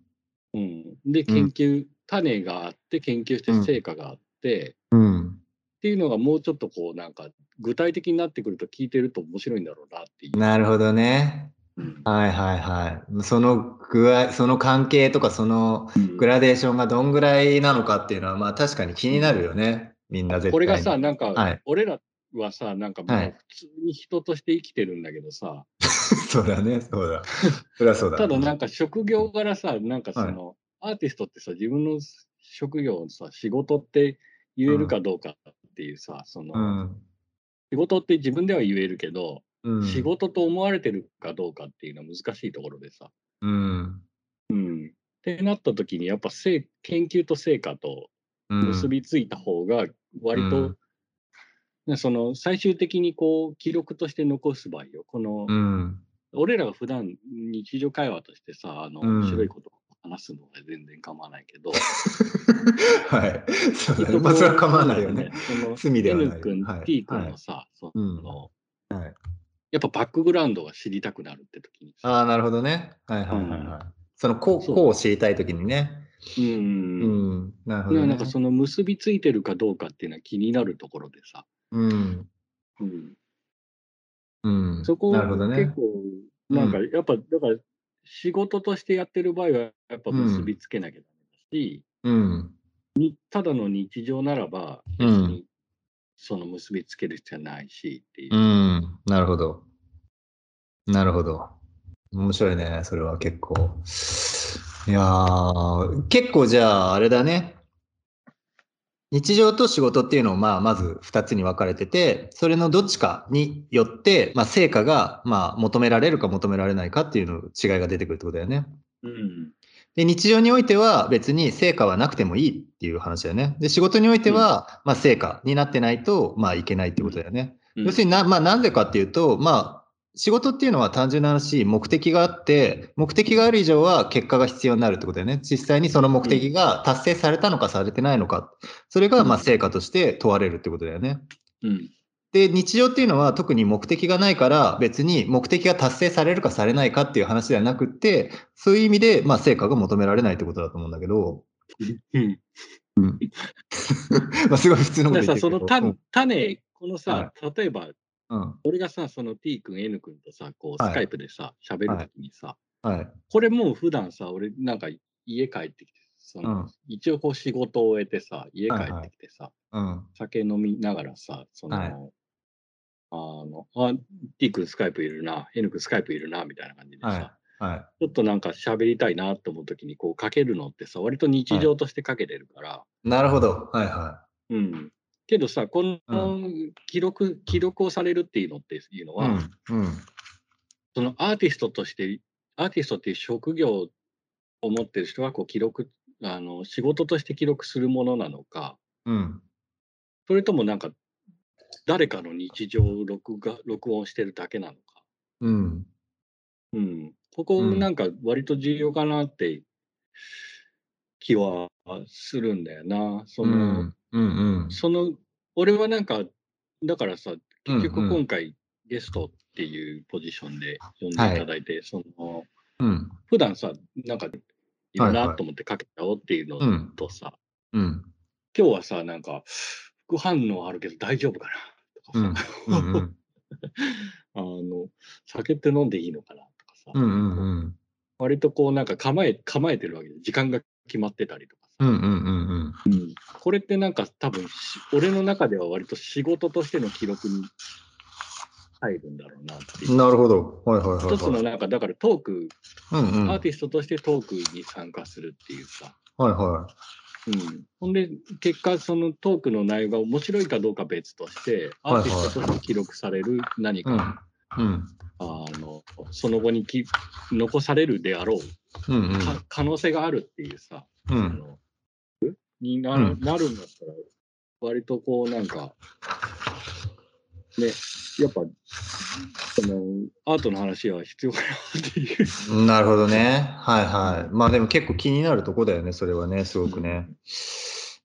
B: うんで研究、種があって研究して成果があって、っ
A: うん。
B: ていうのがもうちょっとこうなんか具体的になってくると聞いてると面白いんだろうなっていう。
A: なるほどね。
B: うん
A: はいはいはい。その具合、その関係とか、そのグラデーションがどんぐらいなのかっていうのは、まあ確かに気になるよね。みんな絶対に。
B: これがさなんか、
A: はい
B: 俺らはさなんかもう
A: はい
B: 普通に人として生きてるんだけどさ、
A: そうだね、そうだ。そりゃそうだ。
B: ただなんか職業柄さ、なんかその、アーティストってさ、自分の職業のさ、仕事って言えるかどうかっていうさ、その、
A: うん。
B: 仕事って自分では言えるけど、
A: うん。
B: 仕事と思われてるかどうかっていうのは難しいところでさ。
A: うん。
B: うん。ってなった時に、やっぱ成研究と成果と
A: うん。
B: 結びついた方が、割と、ねその最終的にこう記録として残す場合よ、この、
A: うん。
B: 俺らが普段日常会話としてさ、あの、
A: うん
B: 面白いことを話すのは全然構わないけど、
A: はい。そうだね。
B: こう
A: まあそれは構わないよね。。
B: その
A: 罪ではない
B: N 君、
A: はい
B: T 君のさ、そ
A: うん。
B: の、
A: はい
B: やっぱバックグラウンドが知りたくなるって時にさ、
A: ああ、なるほどね。はいはいはいはい。その、こ、
B: そうう
A: こう知りたいときにね。
B: うん
A: う
B: うん
A: ん。なるほ
B: うん。
A: どね。
B: ななんかその結びついてるかどうかっていうのは気になるところでさ、
A: うん。
B: うん、
A: うん。
B: そこ
A: なるほどね。
B: 結構、なんかやっぱ、だから仕事としてやってる場合はやっぱ結びつけなきゃダメだし、
A: うん。
B: ただの日常ならば
A: う
B: 別
A: ん
B: にその結びつける必要はないしっていう。
A: うん、なるほど。なるほど。面白いね、それは結構。いやー、結構じゃあ、あれだね。日常と仕事っていうのを、まあ、まず2つに分かれてて、それのどっちかによって、まあ、成果が、まあ、求められるか求められないかっていうの違いが出てくるってことだよね。
B: うん
A: で、日常においては別に成果はなくてもいいっていう話だよね。で、仕事においては、まあ、成果になってないと、まあ、いけないってことだよね。
B: うん
A: 要するにな、まあ、なんでかっていうと、まあ、仕事っていうのは単純な話、目的があって、目的がある以上は結果が必要になるってことだよね。実際にその目的が達成されたのかされてないのか、それがまあ
B: うん
A: 成果として問われるってことだよね。
B: うん
A: で、日常っていうのは特に目的がないから、別に目的が達成されるかされないかっていう話ではなくって、そういう意味でまあ成果が求められないってことだと思うんだけど、
B: うん
A: まあすごい普通の
B: だ
A: こと言っ
B: からさ、
A: てるけ
B: その
A: ど。
B: 種、種このさ、
A: は
B: 例えば、
A: うん、うん
B: 俺がさ、その T 君、N 君とさ、こう、
A: はい
B: スカイプでさ、喋るときにさ、
A: はい。
B: これもう普段さ、俺なんか家帰ってきて、その、
A: うん。
B: 一応こう仕事を終えてさ、家帰ってきてさ、
A: うん。
B: 酒飲みながらさ、その、
A: はい
B: あの、あ、T 君スカイプいるな、N 君スカイプいるな、みたいな感じでさ、
A: はい。はい。
B: ちょっとなんか喋りたいなと思うときに、こうかけるのってさ、割と日常としてかけてるから、
A: なるほど。はいはい。
B: うん。けどさ、この記録、記録をされるっていうのっていうのは、
A: うん、うん、
B: そのアーティストとして、アーティストっていう職業を持ってる人はこう記録、あの仕事として記録するものなのか、
A: うん。
B: それともなんか、誰かの日常を録画録音してるだけなのか。
A: うん。
B: うん。ここ
A: うん
B: なんか割と重要かなって気はするんだよな。その、
A: うん、うん。
B: その、俺はなんか、だからさ、
A: うん
B: 結局今回ゲストっていうポジションで呼んでいただいて、その、
A: うん、
B: 普段さ、なんか、いるなと思ってかけたよっていう
A: う
B: の
A: ん、
B: とさ、
A: うん。
B: 今日はさ、なんか、副反応あるけど大丈夫かなとか
A: うん
B: さ、
A: うんうん
B: あの、酒って飲んでいいのかなとかさ、
A: うんうん
B: 割とこうなんか構え、構えてるわけで、時間が決まってたりとか
A: う
B: さ、
A: んうんうん
B: これってなんか多分し、俺の中では割と仕事としての記録に入るんだろうなって
A: う
B: い
A: ん
B: う。
A: なるほどはいはいはい
B: 一つ
A: は
B: の
A: い
B: なんか、だからトーク、
A: うんうん
B: ア
A: は
B: ー
A: い
B: ティストとしてトークに参加するっていうさ。
A: は
B: うん。ほんで、結果、そのトークの内容が面白いかどうか別として、アーティストとして記録される何
A: いうん
B: か
A: うん。
B: あのその後にき残されるであろ
A: う
B: う、
A: んうん。
B: か可能性があるっていうさ、
A: う
B: あ
A: ん。
B: のになる,、
A: うん
B: ん、なるんだったら、割とこうなんか、ね、やっぱ、そのアートの話は必要かなっていう。
A: なるほどね。はいはい。まあでも結構気になるとこだよね、それはね、すごくね。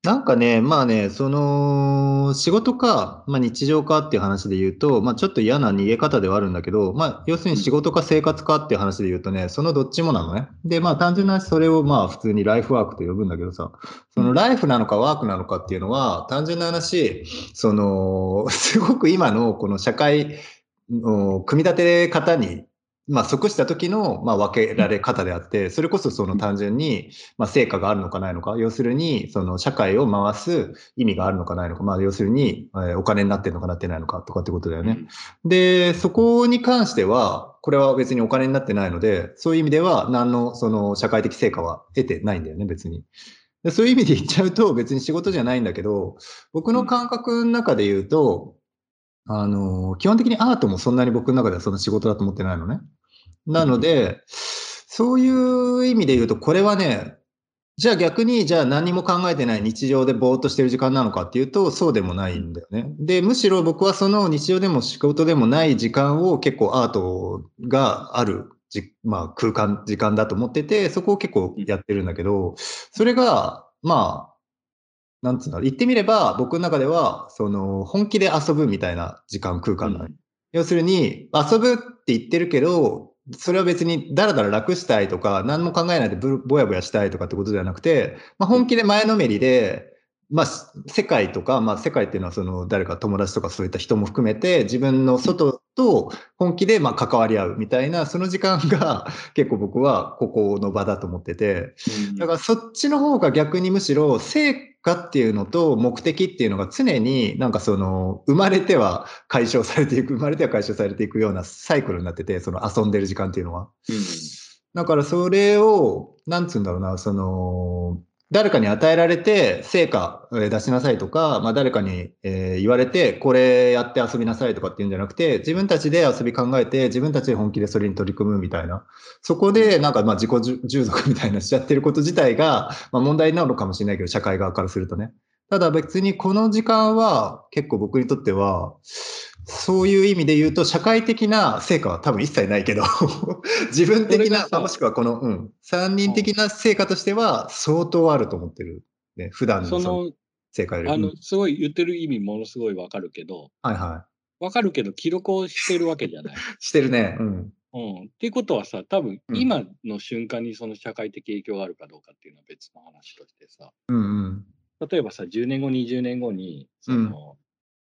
A: なんかね、まあね、その、仕事か、まあ日常かっていう話で言うと、まあちょっと嫌な逃げ方ではあるんだけど、まあ要するに仕事か生活かっていう話で言うとね、そのどっちもなのね。で、まあ単純な話、それをまあ普通にライフワークと呼ぶんだけどさ、そのライフなのかワークなのかっていうのは、単純な話、その、 すごく今のこの社会の組み立て方にまあ、即した時の、まあ、分けられ方であって、それこそその単純に、まあ、成果があるのかないのか、要するに、その社会を回す意味があるのかないのか、まあ、要するに、えーお金になってるのかなってないのかとかってことだよね。で、そこに関しては、これは別にお金になってないので、そういう意味では、何のその社会的成果は得てないんだよね、別に。でそういう意味で言っちゃうと、別に仕事じゃないんだけど、僕の感覚の中で言うと、あの、基本的にアートもそんなに僕の中ではその仕事だと思ってないのね。なので、そういう意味で言うと、これはね、じゃあ逆に、じゃあ何も考えてない日常でぼーっとしてる時間なのかっていうと、そうでもないんだよね。で、むしろ僕はその日常でも仕事でもない時間を結構アートがあるじ、まあ空間、時間だと思ってて、そこを結構やってるんだけど、それが、まあ、なんつうんだろう、言ってみれば僕の中では、その本気で遊ぶみたいな時間空間なのね要するに、遊ぶって言ってるけど、それは別にだらだら楽したいとか、何も考えないでぶぼやぼやしたいとかってことではなくて、まあ、本気で前のめりで、まあ、す世界とか、まあ、世界っていうのはその誰か友達とかそういった人も含めて、自分の外と本気でまあ関わり合うみたいな、その時間が結構僕はここの場だと思ってて、だからそっちの方が逆にむしろ成果っていうのと目的っていうのが常になんかその生まれては解消されていく、生 まれては解消されていくようなサイクルになってて、その遊んでる時間っていうのは。だからそれを、なんつうんだろうな、その、誰かに与えられて成果えー出しなさいとか、まあ、誰かにえー言われてこれやって遊びなさいとかっていうんじゃなくて自分たちで遊び考えて自分たちで本気でそれに取り組むみたいなそこでなんかまあ自己従従属みたいなしちゃってること自体がまあ問題なのかもしれないけど社会側からするとねただ別にこの時間は結構僕にとってはそういう意味で言うと社会的な成果は多分一切ないけど自分的
B: これが
A: な
B: さ
A: もしくはこの、うん、三人的な成果としては相当あると思ってる、ね、普段の
B: そ
A: その
B: の、
A: 成果より
B: あ
A: うん
B: の、すごい言ってる意味ものすごいわかるけど、
A: はいは
B: わかるけど記録をしてるわけじ ゃない。
A: いしてるねうん
B: うん、っていうことはさ、多分
A: うん
B: 今の瞬間にその社会的影響があるかどうかっていうのは別の話としてさ、
A: うんうん
B: 例えばさ、10年後、20年後に、その、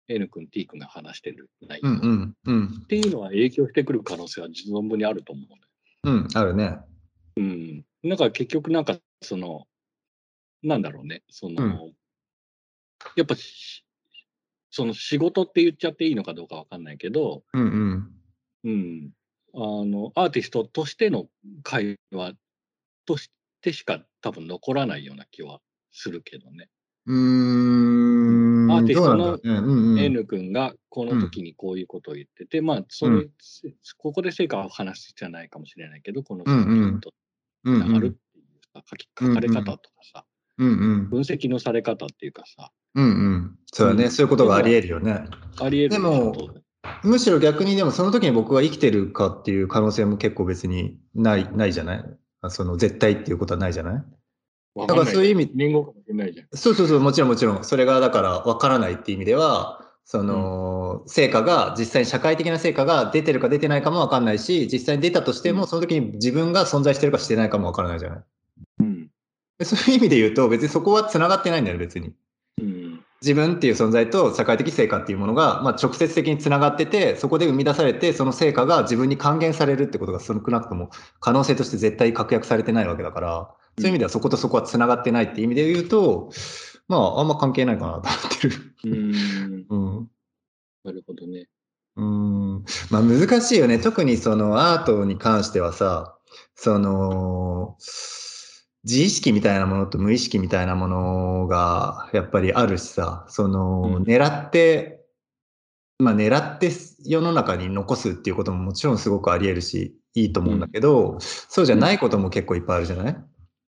B: N 君、T 君が話してる内
A: う
B: 容
A: んうんうん
B: っていうのは影響してくる可能性は存分にあると思うのよ。
A: うんあるね
B: うん。なんか結局なんかその、なんだろうね、その、
A: うん
B: やっぱしその仕事って言っちゃっていいのかどうかわかんないけど、
A: うんうん
B: うん。あの、アーティストとしての会話としてしか多分残らないような気はするけどね。
A: うーん
B: アーティストの
A: どうなんだろうねうんうん
B: N 君がこの時にこういうことを言ってて、まあ、そうれ
A: ん、
B: ここで成果を話す必要はないかもしれないけど、この
A: うんうん
B: 作品と
A: うん
B: つながるっていうさ、書き書かれ方とかさ、
A: うんうん
B: 分析のされ方っていうかさ、
A: うんうんそうだね、
B: うん
A: そういうことがありえるよね
B: ありえる
A: でも
B: こと
A: むしろ逆にでもその時に僕は生きてるかっていう可能性も結構別にないないじゃないあその絶対っていうことはないじゃない
B: わ
A: だか
B: んない
A: らそういう意味
B: 年後かもしれないじゃん。
A: そうそうそう、もちろんもちろん。それがだから分からないっていう意味では、その、成果が、実際に社会的な成果が出てるか出てないかも分かんないし、実際に出たとして
B: う
A: も、
B: ん
A: その時に自分が存在してるかしてないかも分からないじゃない。
B: うん。
A: でそういう意味で言うと、別にそこは繋がってないんだよね、別に。
B: うん。
A: 自分っていう存在と社会的成果っていうものが、まあ、直接的に繋がってて、そこで生み出されて、その成果が自分に還元されるってことが少なくとも可能性として絶対確約されてないわけだから、そういう意味ではそことそこは繋がってないっていう意味で言うと、まあ、あんま関係ないかなと思ってる。
B: うん。
A: うん。
B: なるほどね。
A: うん。まあ難しいよね。特にそのアートに関してはさ、その、自意識みたいなものと無意識みたいなものがやっぱりあるしさ、その、
B: うん
A: 狙って、まあ、狙って世の中に残すっていうことももちろんすごくあり得るし、いいと思うんだけど、そうじゃないことも結構いっぱいあるじゃない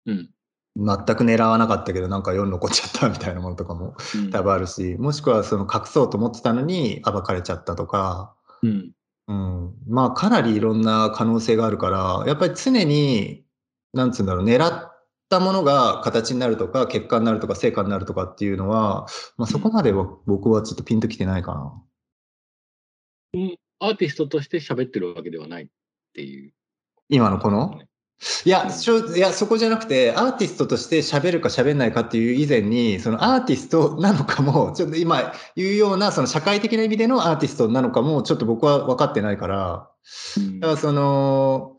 B: うん。
A: 全く狙わなかったけど、なんか世に残っちゃったみたいなものとかも
B: うん
A: 多分あるし、もしくはその隠そうと思ってたのに暴かれちゃったとか、
B: うん。
A: うん、まあかなりいろんな可能性があるから、やっぱり常に、なんつうんだろう、狙ったものが形になるとか、結果になるとか、成果になるとかっていうのは、まあそこまでは僕はちょっとピンときてないかな。
B: アーティストとして喋ってるわけではないっていう。
A: 今のこのいや、しょいやそこじゃなくて、アーティストとして喋るか喋んないかっていう以前に、そのアーティストなのかも、ちょっと今言うような、その社会的な意味でのアーティストなのかも、ちょっと僕は分かってないから、
B: うん
A: だからその、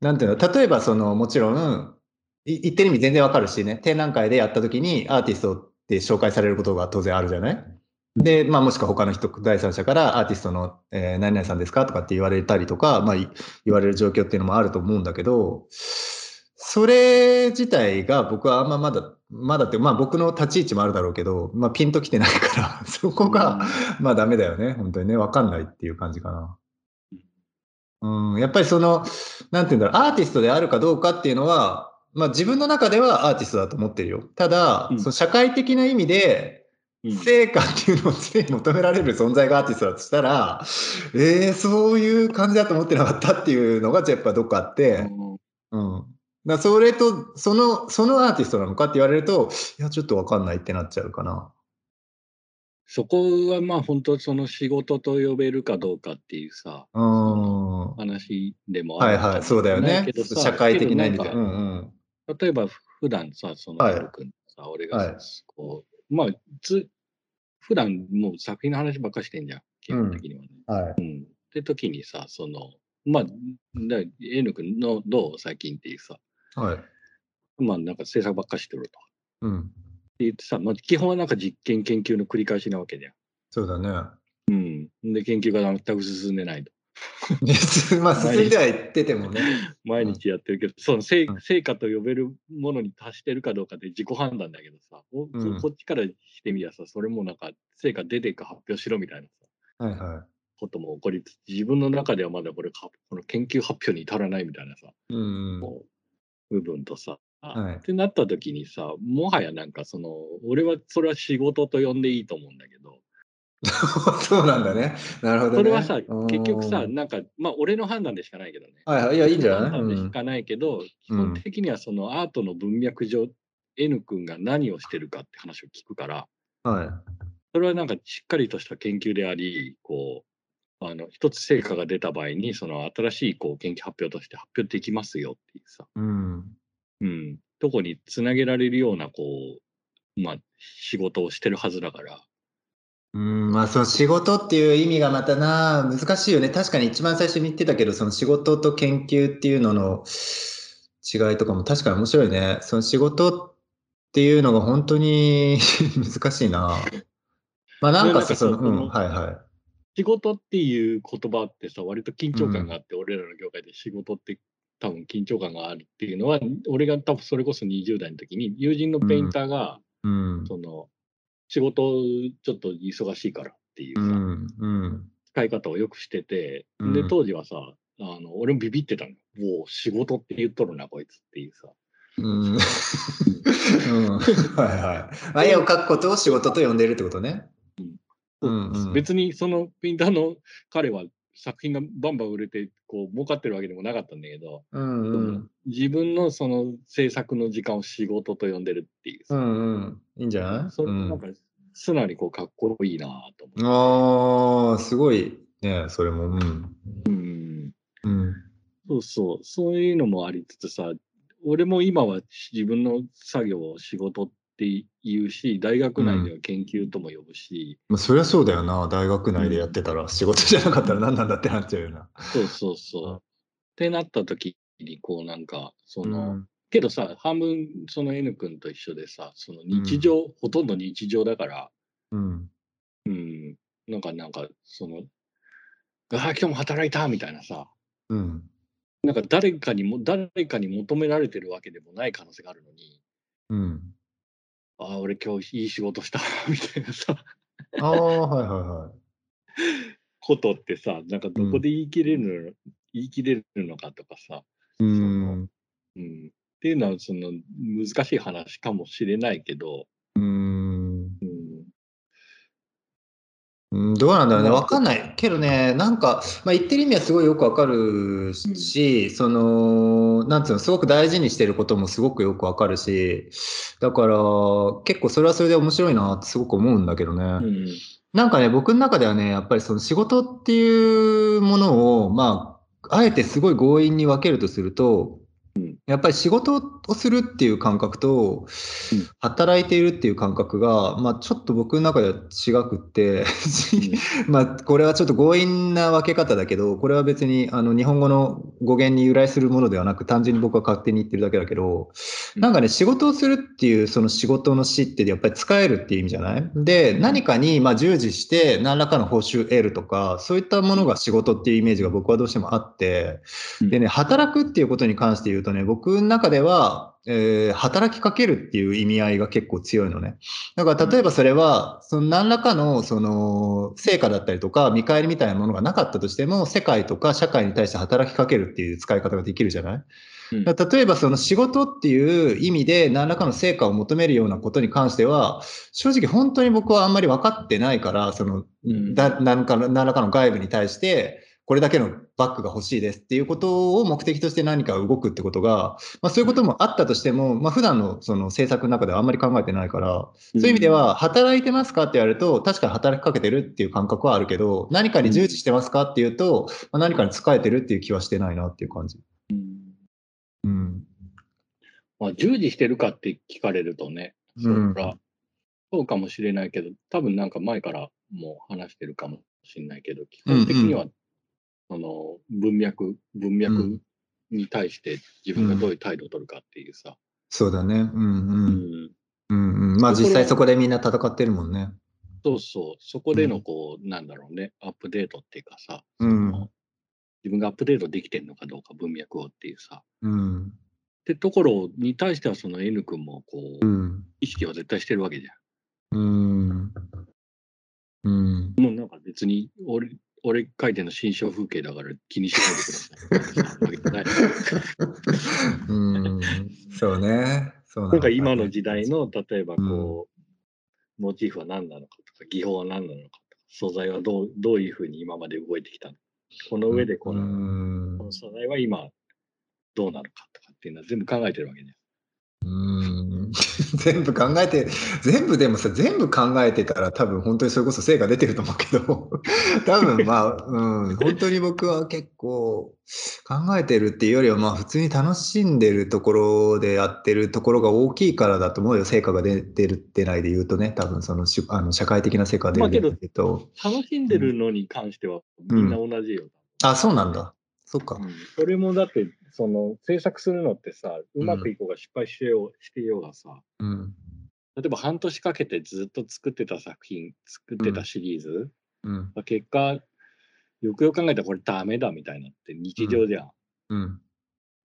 A: なんていうの、例えばその、もちろん、い言ってる意味全然わかるしね、展覧会でやった時にアーティストって紹介されることが当然あるじゃないで、まあもしくは他の人、第三者からアーティストの、えー何々さんですかとかって言われたりとか、まあい言われる状況っていうのもあると思うんだけど、それ自体が僕はあんままだ、まだって、まあ僕の立ち位置もあるだろうけど、まあピンときてないから、 そこが、まあダメだよね。本当にね、わかんないっていう感じかな。うん、やっぱりその、なんて言うんだろう、アーティストであるかどうかっていうのは、まあ自分の中ではアーティストだと思ってるよ。ただ、
B: うん
A: その社会的な意味で、
B: うん、
A: 成果っていうのを常に求められる存在がアーティストだとしたら、えー、そういう感じだと思ってなかったっていうのが、やっぱどっかあって、
B: うん
A: うん。だからそれと、その、そのアーティストなのかって言われると、いや、ちょっとわかんないってなっちゃうかな。
B: そこはまあ本当その仕事と呼べるかどうかっていうさ、
A: うん。
B: 話でもあ
A: は
B: る
A: い
B: か
A: はい、
B: も
A: そうだよ
B: しれな
A: ね
B: いけど。さ
A: 社会的な意味
B: け
A: で。
B: ど
A: うんん
B: か例えば普段さ、その、
A: はい
B: ハル君さ、俺がさ、
A: はい
B: こう、まあ、つ、普段もう作品の話ばっかしてんじゃん、基本的にはね。
A: うん。はい。
B: って時にさ、その、まあ、だ N 君のどう最近っていうさ、
A: はい。
B: まあなんか制作ばっかしてる
A: う
B: と。
A: ん。
B: って言ってさ、まあ、基本はなんか実験研究の繰り返しなわけじゃ
A: そうだね。
B: ん。うん。で、研究が全く進んでないと。
A: まあ、進んではいっててもね。
B: 毎日やってるけど、その成
A: うん
B: 成果と呼べるものに達してるかどうかって自己判断だけどさ、おこ
A: うん
B: こっちからしてみりゃさ、それもなんか成果出ていく発表しろみたいなさ、
A: はいは
B: ことも起こりつつ、自分の中ではまだこれか、この研究発表に至らないみたいなさ、
A: い。うん。
B: 部分とさ、
A: はい
B: ってなった時にさ、もはやなんかその、俺はそれは仕事と呼んでいいと思うんだけど、
A: そうなんだね。なるほどね。
B: それはさ、
A: うん
B: 結局さ、なんか、まあ俺の判断でしかないけどね。
A: はいはい。いや、いいんじゃない
B: 判
A: う
B: 断でし
A: ん
B: かないけど、基本的にはそのアートの文脈上、N 君が何をしてるかって話を聞くから、
A: はい。
B: それはなんかしっかりとした研究であり、こう、あの、一つ成果が出た場合に、その新しいこう研究発表として発表できますよっていうさ、
A: うん。
B: うん、とこにつなげられるような、こう、まあ、仕事をしてるはずだから、
A: うん、まあその仕事っていう意味がまたな難しいよね確かに一番最初に言ってたけどその仕事と研究っていうのの違いとかも確かに面白いねその仕事っていうのが本当に 難しいなまあなんかさそ
B: いや
A: の
B: なんか
A: う
B: その
A: んはいはい
B: 仕事っていう言葉ってさ、割と緊張感があって、俺らの業界で仕事って多分緊張感があるっていうのは、俺が多分それこそ20代の時に、友人のペインターが、
A: うん
B: その、仕事ちょっと忙しいからっていう
A: う
B: さ、
A: んうん
B: 使い方をよくしてて、
A: う
B: で
A: ん、
B: 当時はさ、あの俺もビビってたの。もう仕事って言っとるな、こいつっていうさ。
A: うんうん はいはいあ絵を描くことを仕事と呼んでいるってことねうんうん
B: 別にそのペインターの彼は作品がバンバン売れて、こう、儲かってるわけでもなかったんだけど、
A: うんうん
B: 自分のその制作の時間を仕事と呼んでるっていう
A: う
B: さ、
A: んうんいいんじゃない
B: それ
A: うん
B: なんか素直にこうかっこいいなと
A: あ
B: 思って、
A: あ、すごいね、それも。うん。
B: うん
A: うん。
B: そうそうそういうのもありつつさ俺も今は自分の作業を仕事って言うし大学内では研究とも呼ぶし、
A: まあ、そりゃそうだよな。大学内でやってたら、仕事じゃなかったら何なんだってなっちゃうよな。
B: そうそうそう、
A: うん
B: ってなった時にこうなんかその、
A: うん
B: けどさ半分その N 君と一緒でさその日常、ほとんど日常だから、
A: うん。
B: うん、なんか、なんか、その、ああ、今日も働いたみたいなさ、
A: うん。
B: なんか誰かにも、誰かに求められてるわけでもない可能性があるのに、
A: うん。
B: ああ、俺今日いい仕事したみたいなさ、
A: ああ、はいはいはい。
B: ことってさ、なんかどこで言い切れるの、言い切れるのかとかさ、
A: うん。
B: うん、っていうのはその難しい話かもしれないけど、
A: うん。
B: うん、
A: うんどうなんだろうね、わかんない。けどね、なんか、まあ、言ってる意味はすごいよくわかるし、その、なんつうの、すごく大事にしてることもすごくよくわかるし、だから、結構それはそれで面白いなってすごく思うんだけどね。
B: うん、
A: なんかね、僕の中ではね、やっぱりその仕事っていうものを、まあ、あえてすごい強引に分けるとすると、やっぱり仕事をするっていう感覚と
B: うん、
A: 働いているっていう感覚が、まあ、ちょっと僕の中では違くって、 まあ、これはちょっと強引な分け方だけど、これは別にあの日本語の語源に由来するものではなく、単純に僕は勝手に言ってるだけだけど、なんかね、仕事をするっていう、その仕事の死ってやっぱり使えるっていう意味じゃないで、何かにまあ従事して何らかの報酬得るとか、そういったものが仕事っていうイメージが僕はどうしてもあって、
B: うん
A: でね、働くっていうことに関して言うとね、僕の中では、えー働きかけるっていう意味合いが結構強いのね。だから例えばそれは、その何らかの、その、成果だったりとか、見返りみたいなものがなかったとしても、世界とか社会に対して働きかけるっていう使い方ができるじゃない
B: うん
A: だから例えばその仕事っていう意味で何らかの成果を求めるようなことに関しては正直本当に僕はあんまり分かってないからその
B: うん
A: だ何かの何らかの外部に対してこれだけのバックが欲しいですっていうことを目的として何か動くってことが、まあ、そういうこともあったとしても、まあ、普段のその政策の中ではあんまり考えてないからそういう意味では、働いてますかって言われると、確かに働きかけてるっていう感覚はあるけど、何かに従事してますかっていうと、まあ何かに使えてるっていう気はしてないなっていう感じ。うん。
B: まあ、従事してるかって聞かれるとね、そ
A: うん
B: らそうかもしれないけど、多分なんか前からもう話してるかもしれないけど、基本的には、その文脈、文
A: うん
B: 脈に対して自分がどういう態度を取るかっていうさ、
A: そうだね。うんう。
B: うんん
A: うんうん。まあ
B: そこで
A: 実際そこでみんな戦ってるもんね。
B: そうそう、そこでのこう、なんだろうね、アップデートっていうかさ、
A: うん。
B: 自分がアップデートできてるのかどうか、文脈をっていうさ、
A: うん。
B: ってところに対しては、その N 君もこ
A: う
B: う、
A: ん。
B: 意識は絶対してるわけじゃん。
A: うん。うん。
B: もうなんか別に俺、俺書いての新象風景だから気にしないでくださいわけじゃない。
A: うん。そうね。そう
B: なん
A: だ
B: か
A: ね
B: 今の時 代の、例えばこう、モチーフは何なのかとか、技法は何なのかとか、素材はどうどういうふうに今まで動いてきたのか、この上でこ
A: う
B: の,、
A: ん
B: この素材は今どうなのかとかっていうのは全部考えてるわけね。
A: うーん全部考えて、全部でもさ、全部考えてたら多分本当にそれこそ成果出てると思うけど、多分まあ、うん、本当に僕は結構考えてるっていうよりはまあ普通に楽しんでるところでやってるところが大きいからだと思うよ、成果が出てるってないで言うとね、多分そのしあの社会的な成果が出るで言うと。
B: 楽しんでるのに関してはみんな同じよ。
A: あ、そうなんだ。そっか。
B: それもだって、その制作するのってさ、うまくいこうが失敗してよう,、してようがさ、
A: うん。
B: 例えば半年かけてずっと作ってた作品、作ってたシリーズ、
A: うん。
B: 結果、よくよく考えたらこれダメだみたいなって日常じゃん。
A: うん。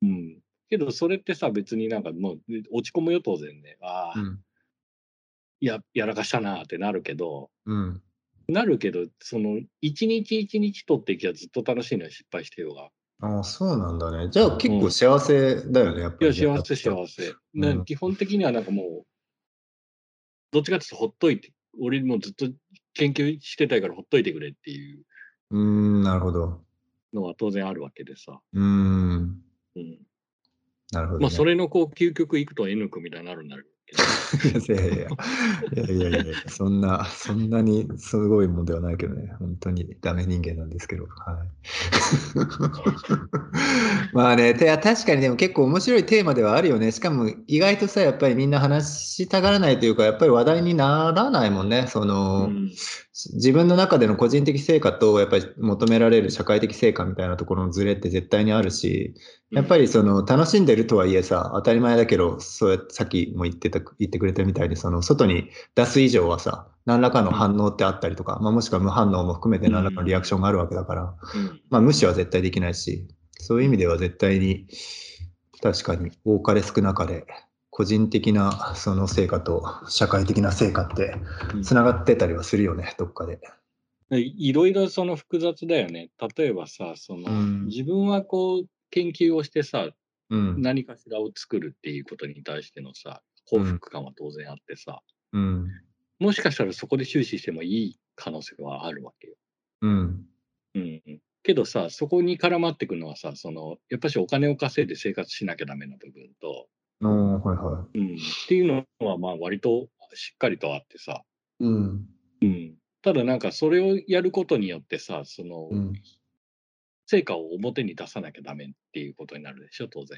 B: うん。けどそれってさ、別になんかもう落ち込むよ当然ね。ああ、
A: うん。
B: や、やらかしたなーってなるけど、
A: うん。
B: なるけど、その一日一日取っていきゃずっと楽しいのよ失敗してようが。
A: あそうなんだね。じゃあ結構幸せだよね、やっぱ
B: い
A: り
B: や、
A: ね、
B: 幸せ幸せ。な
A: うん
B: 基本的にはなんかもう、どっちかっていうとほっといて、俺もうずっと研究してたいからほっといてくれっていう
A: うーん、なるほど。
B: のは当然あるわけでさ。
A: うーん、
B: うん
A: なるほど、ね。
B: まあ、それのこう、究極いくと N 君みたいになるんだろうけど。
A: いやいやいやいやいやいや、そんな、そんなにすごいもんではないけどね、本当にダメ人間なんですけど、はい。 まあね、て確かにでも結構面白いテーマではあるよね。しかも意外とさ、やっぱりみんな話したがらないというか、やっぱり話題にならないもんね。その、
B: うん
A: 自分の中での個人的成果とやっぱり求められる社会的成果みたいなところのズレって絶対にあるしやっぱりその楽しんでるとはいえさ当たり前だけどそうやさっきも言ってた言ってくれたみたいにその外に出す以上はさ何らかの反応ってあったりとか、まあ、もしくは無反応も含めて何らかのリアクションがあるわけだから、
B: うん
A: まあ、無視は絶対できないしそういう意味では絶対に確かに多かれ少なかれ個人的なその成果と社会的な成果って
B: うん
A: つながってたりはするよねどっかで。
B: でいろいろその複雑だよね。例えばさ、その、
A: うん
B: 自分はこう、研究をしてさ、
A: うん。
B: 何かしらを作るっていうことに対してのさ、幸福感は当然あってさ、
A: うん。
B: もしかしたらそこで終始してもいい可能性はあるわけよ。
A: うん。
B: うんうん。けどさ、そこに絡まってくるのはさ、その、やっぱしお金を稼いで生活しなきゃダメな部分と、
A: おーはいは
B: うん、っていうのはまあ割としっかりとあってさ、
A: い。うん。
B: ただなんかそれをやることによってさ、その、
A: うん。
B: 成果を表に出さなきゃダメっていうことになるでしょ、当然。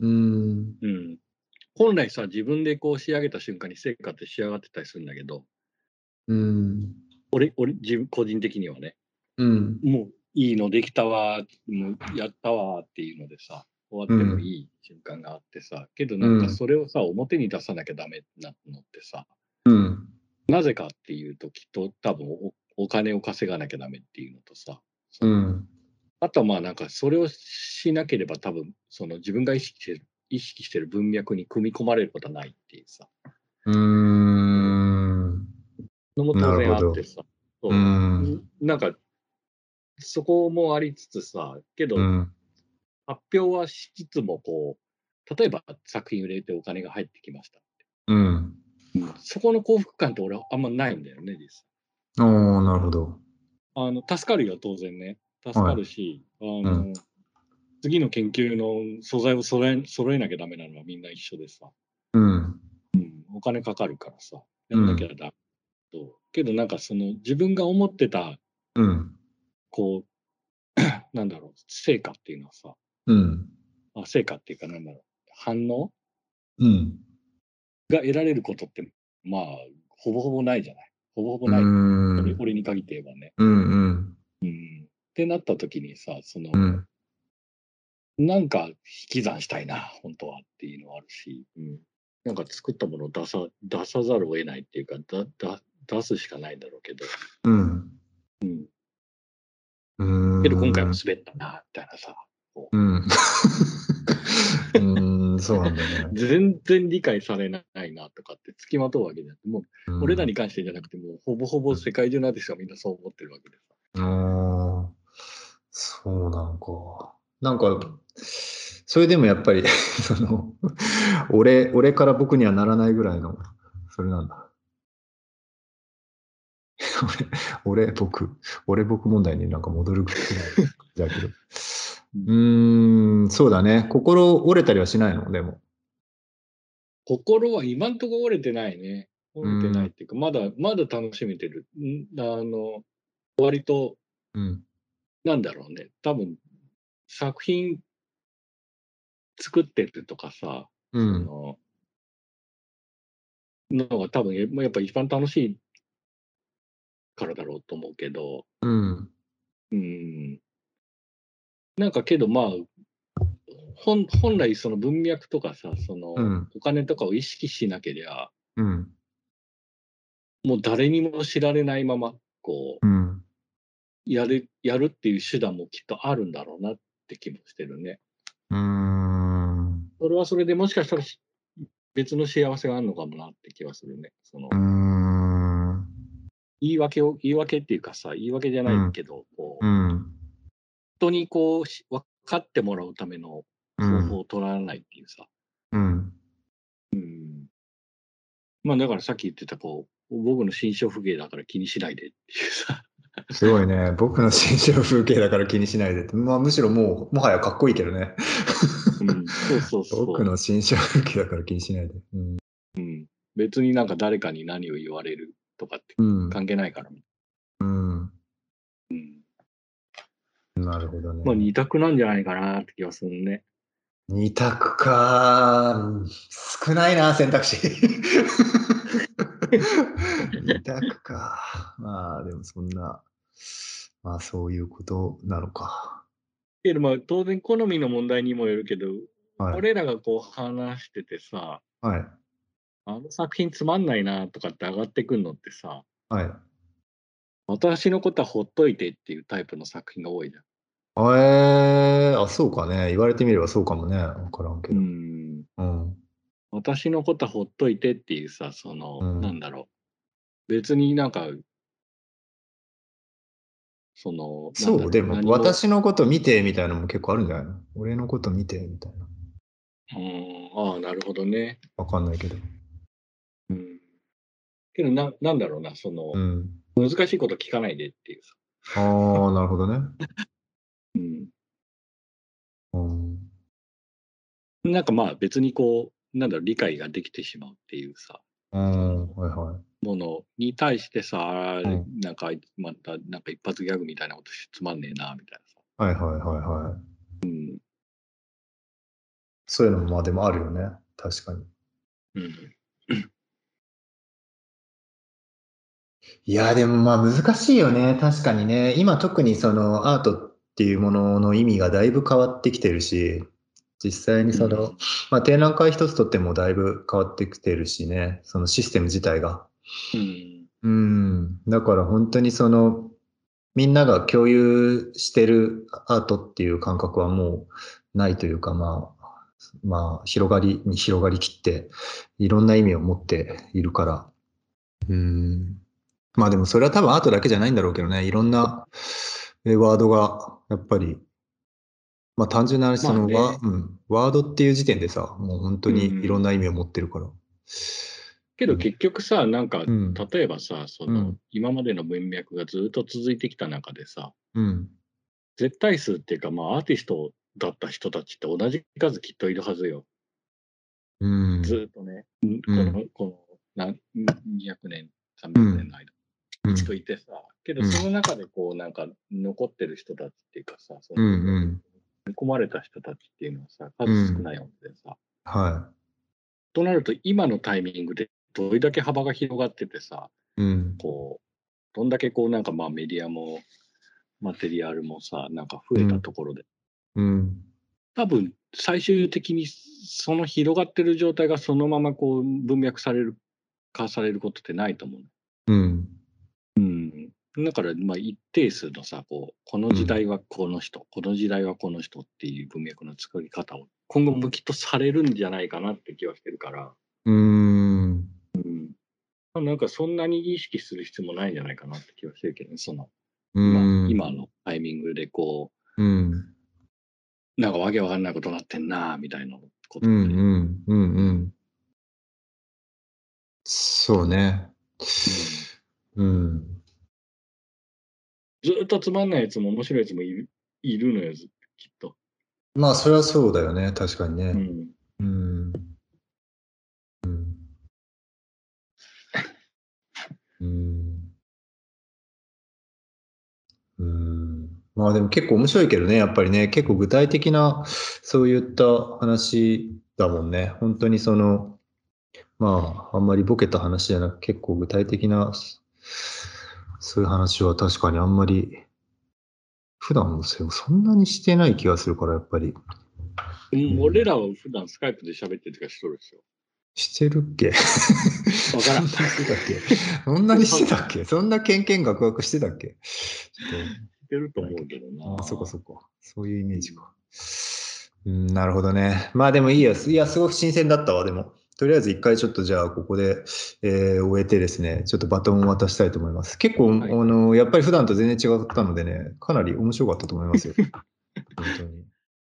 A: うん。
B: うん。本来さ、自分でこう仕上げた瞬間に成果って仕上がってたりするんだけど、
A: うん。
B: 俺、俺、自分、個人的にはね、
A: うん。
B: もういいのできたわ、もうやったわっていうのでさ、終わってもいい瞬間があってさ、けどなん
A: う
B: か
A: ん
B: それをさ、表に出さなきゃダメなのってさ、
A: うん。
B: なぜかっていうと、きっと多分おお金を稼がなきゃダメっていうのとさ、
A: うん。
B: あとはまあなんかそれをしなければ多分その自分が意識してる意識してる文脈に組み込まれることはないっていうさ、
A: うん。。
B: のも当然あってさ、そううんなんかそこもありつつさ、けど
A: うん。
B: 発表はしつつもこう、例えば作品売れてお金が入ってきました。
A: うん。
B: そこの幸福感って俺はあんまないんだよね、実際。
A: おーなるほど。
B: あの助かるよ、当然ね。助かるし、あの
A: う
B: 次の研究の素材を揃え揃えなきゃダメなのはみんな一緒でさ。
A: うん。
B: お金かかるからさ、やんなきゃだ、とけどなんかその自分が思ってた、
A: うん。
B: こう、 なんだろう、成果っていうのはさ、
A: うん。
B: あ成果っていうかなんだろう、反応
A: うん。
B: が得られることって、まあ、ほぼほぼないじゃない。ほぼほぼ
A: う
B: ない。
A: ん。
B: 俺俺に限って言えばね。
A: うん。
B: ってなった時にさ、その、
A: うん。
B: なんか引き算したいな、本当はっていうのはあるし、うん、なんか作ったものを出さ出さざるを得ないっていうか、だだ出すしかないんだろうけど、
A: うん。うん。
B: けど今回も滑ったな、みたいなさ、
A: うん。うん、そうなんだね。
B: 全然理解されないなとかって付きまとうわけじゃなくて、もう
A: うん
B: 俺らに関してじゃなくて、もうほぼほぼ世界中のアーティストがみんなそう思ってるわけでさ。
A: うーんそうなんか。なんか、それでもやっぱり、 その、俺、俺から僕にはならないぐらいの、それなんだ。 俺、俺、僕、俺、僕問題になんか戻るぐらいだけど。 うーん、そうだね。心折れたりはしないの、でも。
B: 心は今んとこ折れてないね。折れてないっていうか、まだ、まだ楽しめてる。んあの、割と、
A: うん。
B: なんだろうね、多分、作品作ってるとかさ、
A: う
B: あ
A: ん。
B: の、のが多分、やっぱ一番楽しいからだろうと思うけど、
A: うん。
B: うんなんかけどまあ本本来その文脈とかさその、
A: うん
B: お金とかを意識しなけりゃ
A: うん。
B: もう誰にも知られないままこう
A: うん。
B: やるやるっていう手段もきっとあるんだろうなって気もしてるね。
A: うーん。
B: それはそれでもしかしたらし別の幸せがあるのかもなって気はするね。その
A: うーん。
B: 言い訳を言い訳っていうかさ言い訳じゃないけど、こう
A: う
B: 本
A: ん。
B: 当にこうし分かってもらうための
A: う
B: 方法
A: ん。
B: を取らないっていうさ、
A: うん。
B: うんまあだからさっき言ってたこう僕の心象不芸だから気にしないでっていうさ
A: すごい ね。僕の新象風景だから気にしないでって。まあ、むしろもう、もはやかっこいいけどね。
B: うんそうそうそ
A: 僕
B: う
A: の新象風景だから気にしないで。うん。
B: 別になんか誰かに何を言われるとかって
A: うん。
B: 関係ないから、
A: うん、
B: うん
A: なるほど
B: まあ
A: ね。
B: 二択なんじゃないかなって気がするね
A: 二択か。うん少ないな、選択肢。 二択か。まあ、でもそんな、まあ、そういうことなのか。
B: けどまあ当然好みの問題にもよるけど、
A: はい。
B: 俺らがこう話しててさ
A: はい。
B: あの作品つまんないなとかって上がってくるのってさ
A: はい。
B: 私のことはほっといてっていうタイプの作品が多いじゃん。
A: えー、あ、そうかね。言われてみればそうかもね。わからんけ
B: う
A: ど。
B: ん
A: うん。
B: 私のことはほっといてっていうさ、その、
A: うん
B: なんだろう。別になんか、その、
A: そ
B: なん
A: う、
B: だ
A: で
B: ろ
A: も、
B: 何を
A: 私のこと見てみたいなのも結構あるんじゃないの俺のこと見てみたいな。
B: うん、ああ、なるほどね。
A: わかんないけど。
B: うん。けどな、なんだろうな、その
A: う、ん。
B: 難しいこと聞かないでっていうさ。
A: あ あ、なるほどね。
B: うん。
A: うん。
B: なんかまあ別にこう、なんだろう、理解ができてしまうっていうさ、
A: うん、はいはい。
B: ものに対してさ、あー
A: う
B: なんかあいつまた、なんか一発ギャグみたいなことしつまんねえな、みたいなさ。
A: はいはいはいはい。
B: うん。
A: そういうのもまあでもあるよね。確かに。
B: うん。
A: いや、でもまあ難しいよね。確かにね。今特にそのアートっていうものの意味がだいぶ変わってきてるし、実際にその、まあ展覧会一つとってもだいぶ変わってきてるしね。そのシステム自体が。
B: うん。
A: うん。だから本当にその、みんなが共有してるアートっていう感覚はもうないというか、まあ、まあ、広がりに広がりきって、いろんな意味を持っているから。うん。まあでもそれは多分アートだけじゃないんだろうけどね、いろんなえワードが、やっぱり、まあ単純な話、その、
B: まあね
A: ワうん、ワードっていう時点でさ、もう本当にいろんな意味を持ってるから。
B: けど結局さ、なんか、
A: うん。
B: 例えばさ、そうの
A: ん、
B: 今までの文脈がずっと続いてきた中でさ、
A: うん。
B: 絶対数っていうか、まあ、アーティストだった人たちって同じ数きっといるはずよ。
A: うん。
B: ずーっとね、
A: うん
B: この、この、なん200年、300年の間、
A: うん
B: きっといてさ、けど
A: うん
B: その中でこう、なんか残ってる人たちっていうかさ、そ
A: うん
B: の、
A: うん。
B: 見込まれた人たちっていうのはさ、数少ないわけでさ、
A: は
B: となると今のタイミングでどれだけ幅が広がっててさ、
A: い。うん。
B: こう、どんだけこう、なんかまあメディアも、マテリアルもさ、なんか増えたところで、
A: うん。
B: 多分最終的にその広がってる状態がそのままこう文脈される化されることってないと思う。
A: うん。
B: うん、だからまあ一定数のさこうこの時代はこの人、この時代はこの人っていう文脈の作り方を今後もきっとされるんじゃないかなって気はしてるから、
A: うーん。
B: まあなんかそんなに意識する必要もないんじゃないかなって気はしてるけどねその今,、
A: うん。
B: 今。のタイミングでこ
A: うん。
B: うなんかわけわかんないことになってんなみたいなことって
A: うん。うん。うん。うん。そうね。うん。
B: ずっとつまんないやつも面白いやつもいるいるのよ、ずきっと。
A: まあ、それはそうだよね。確かに
B: う
A: ね。
B: ん。
A: うん。うん。うん。うん。まあでも結構面白いけどね、やっぱりね、結構具体的なそういった話だもんね。本当にその、まあ、あんまりボケた話じゃなく、結構具体的な、そういう話は確かにあんまり、普段もそそんなにしてない気がするから、やっぱり。
B: うん俺らは普段スカイプで喋ってるとかしとるでしょ。
A: してるっけ
B: わからん
A: そんなしてたっけそんなにしてたっけそんなケンケンガクガクしてたっけちょっと
B: してると思うけどな。
A: あ、そっかそっか。そういうイメージか。うん、なるほどね。まあでもいいや。すいや、すごく新鮮だったわ、でも。とりあえず一回ちょっとじゃあここで、えー終えてですね、ちょっとバトンを渡したいと思います。結構、
B: はい
A: あの、やっぱり普段と全然違ったのでね、かなり面白かったと思いますよ。本当に。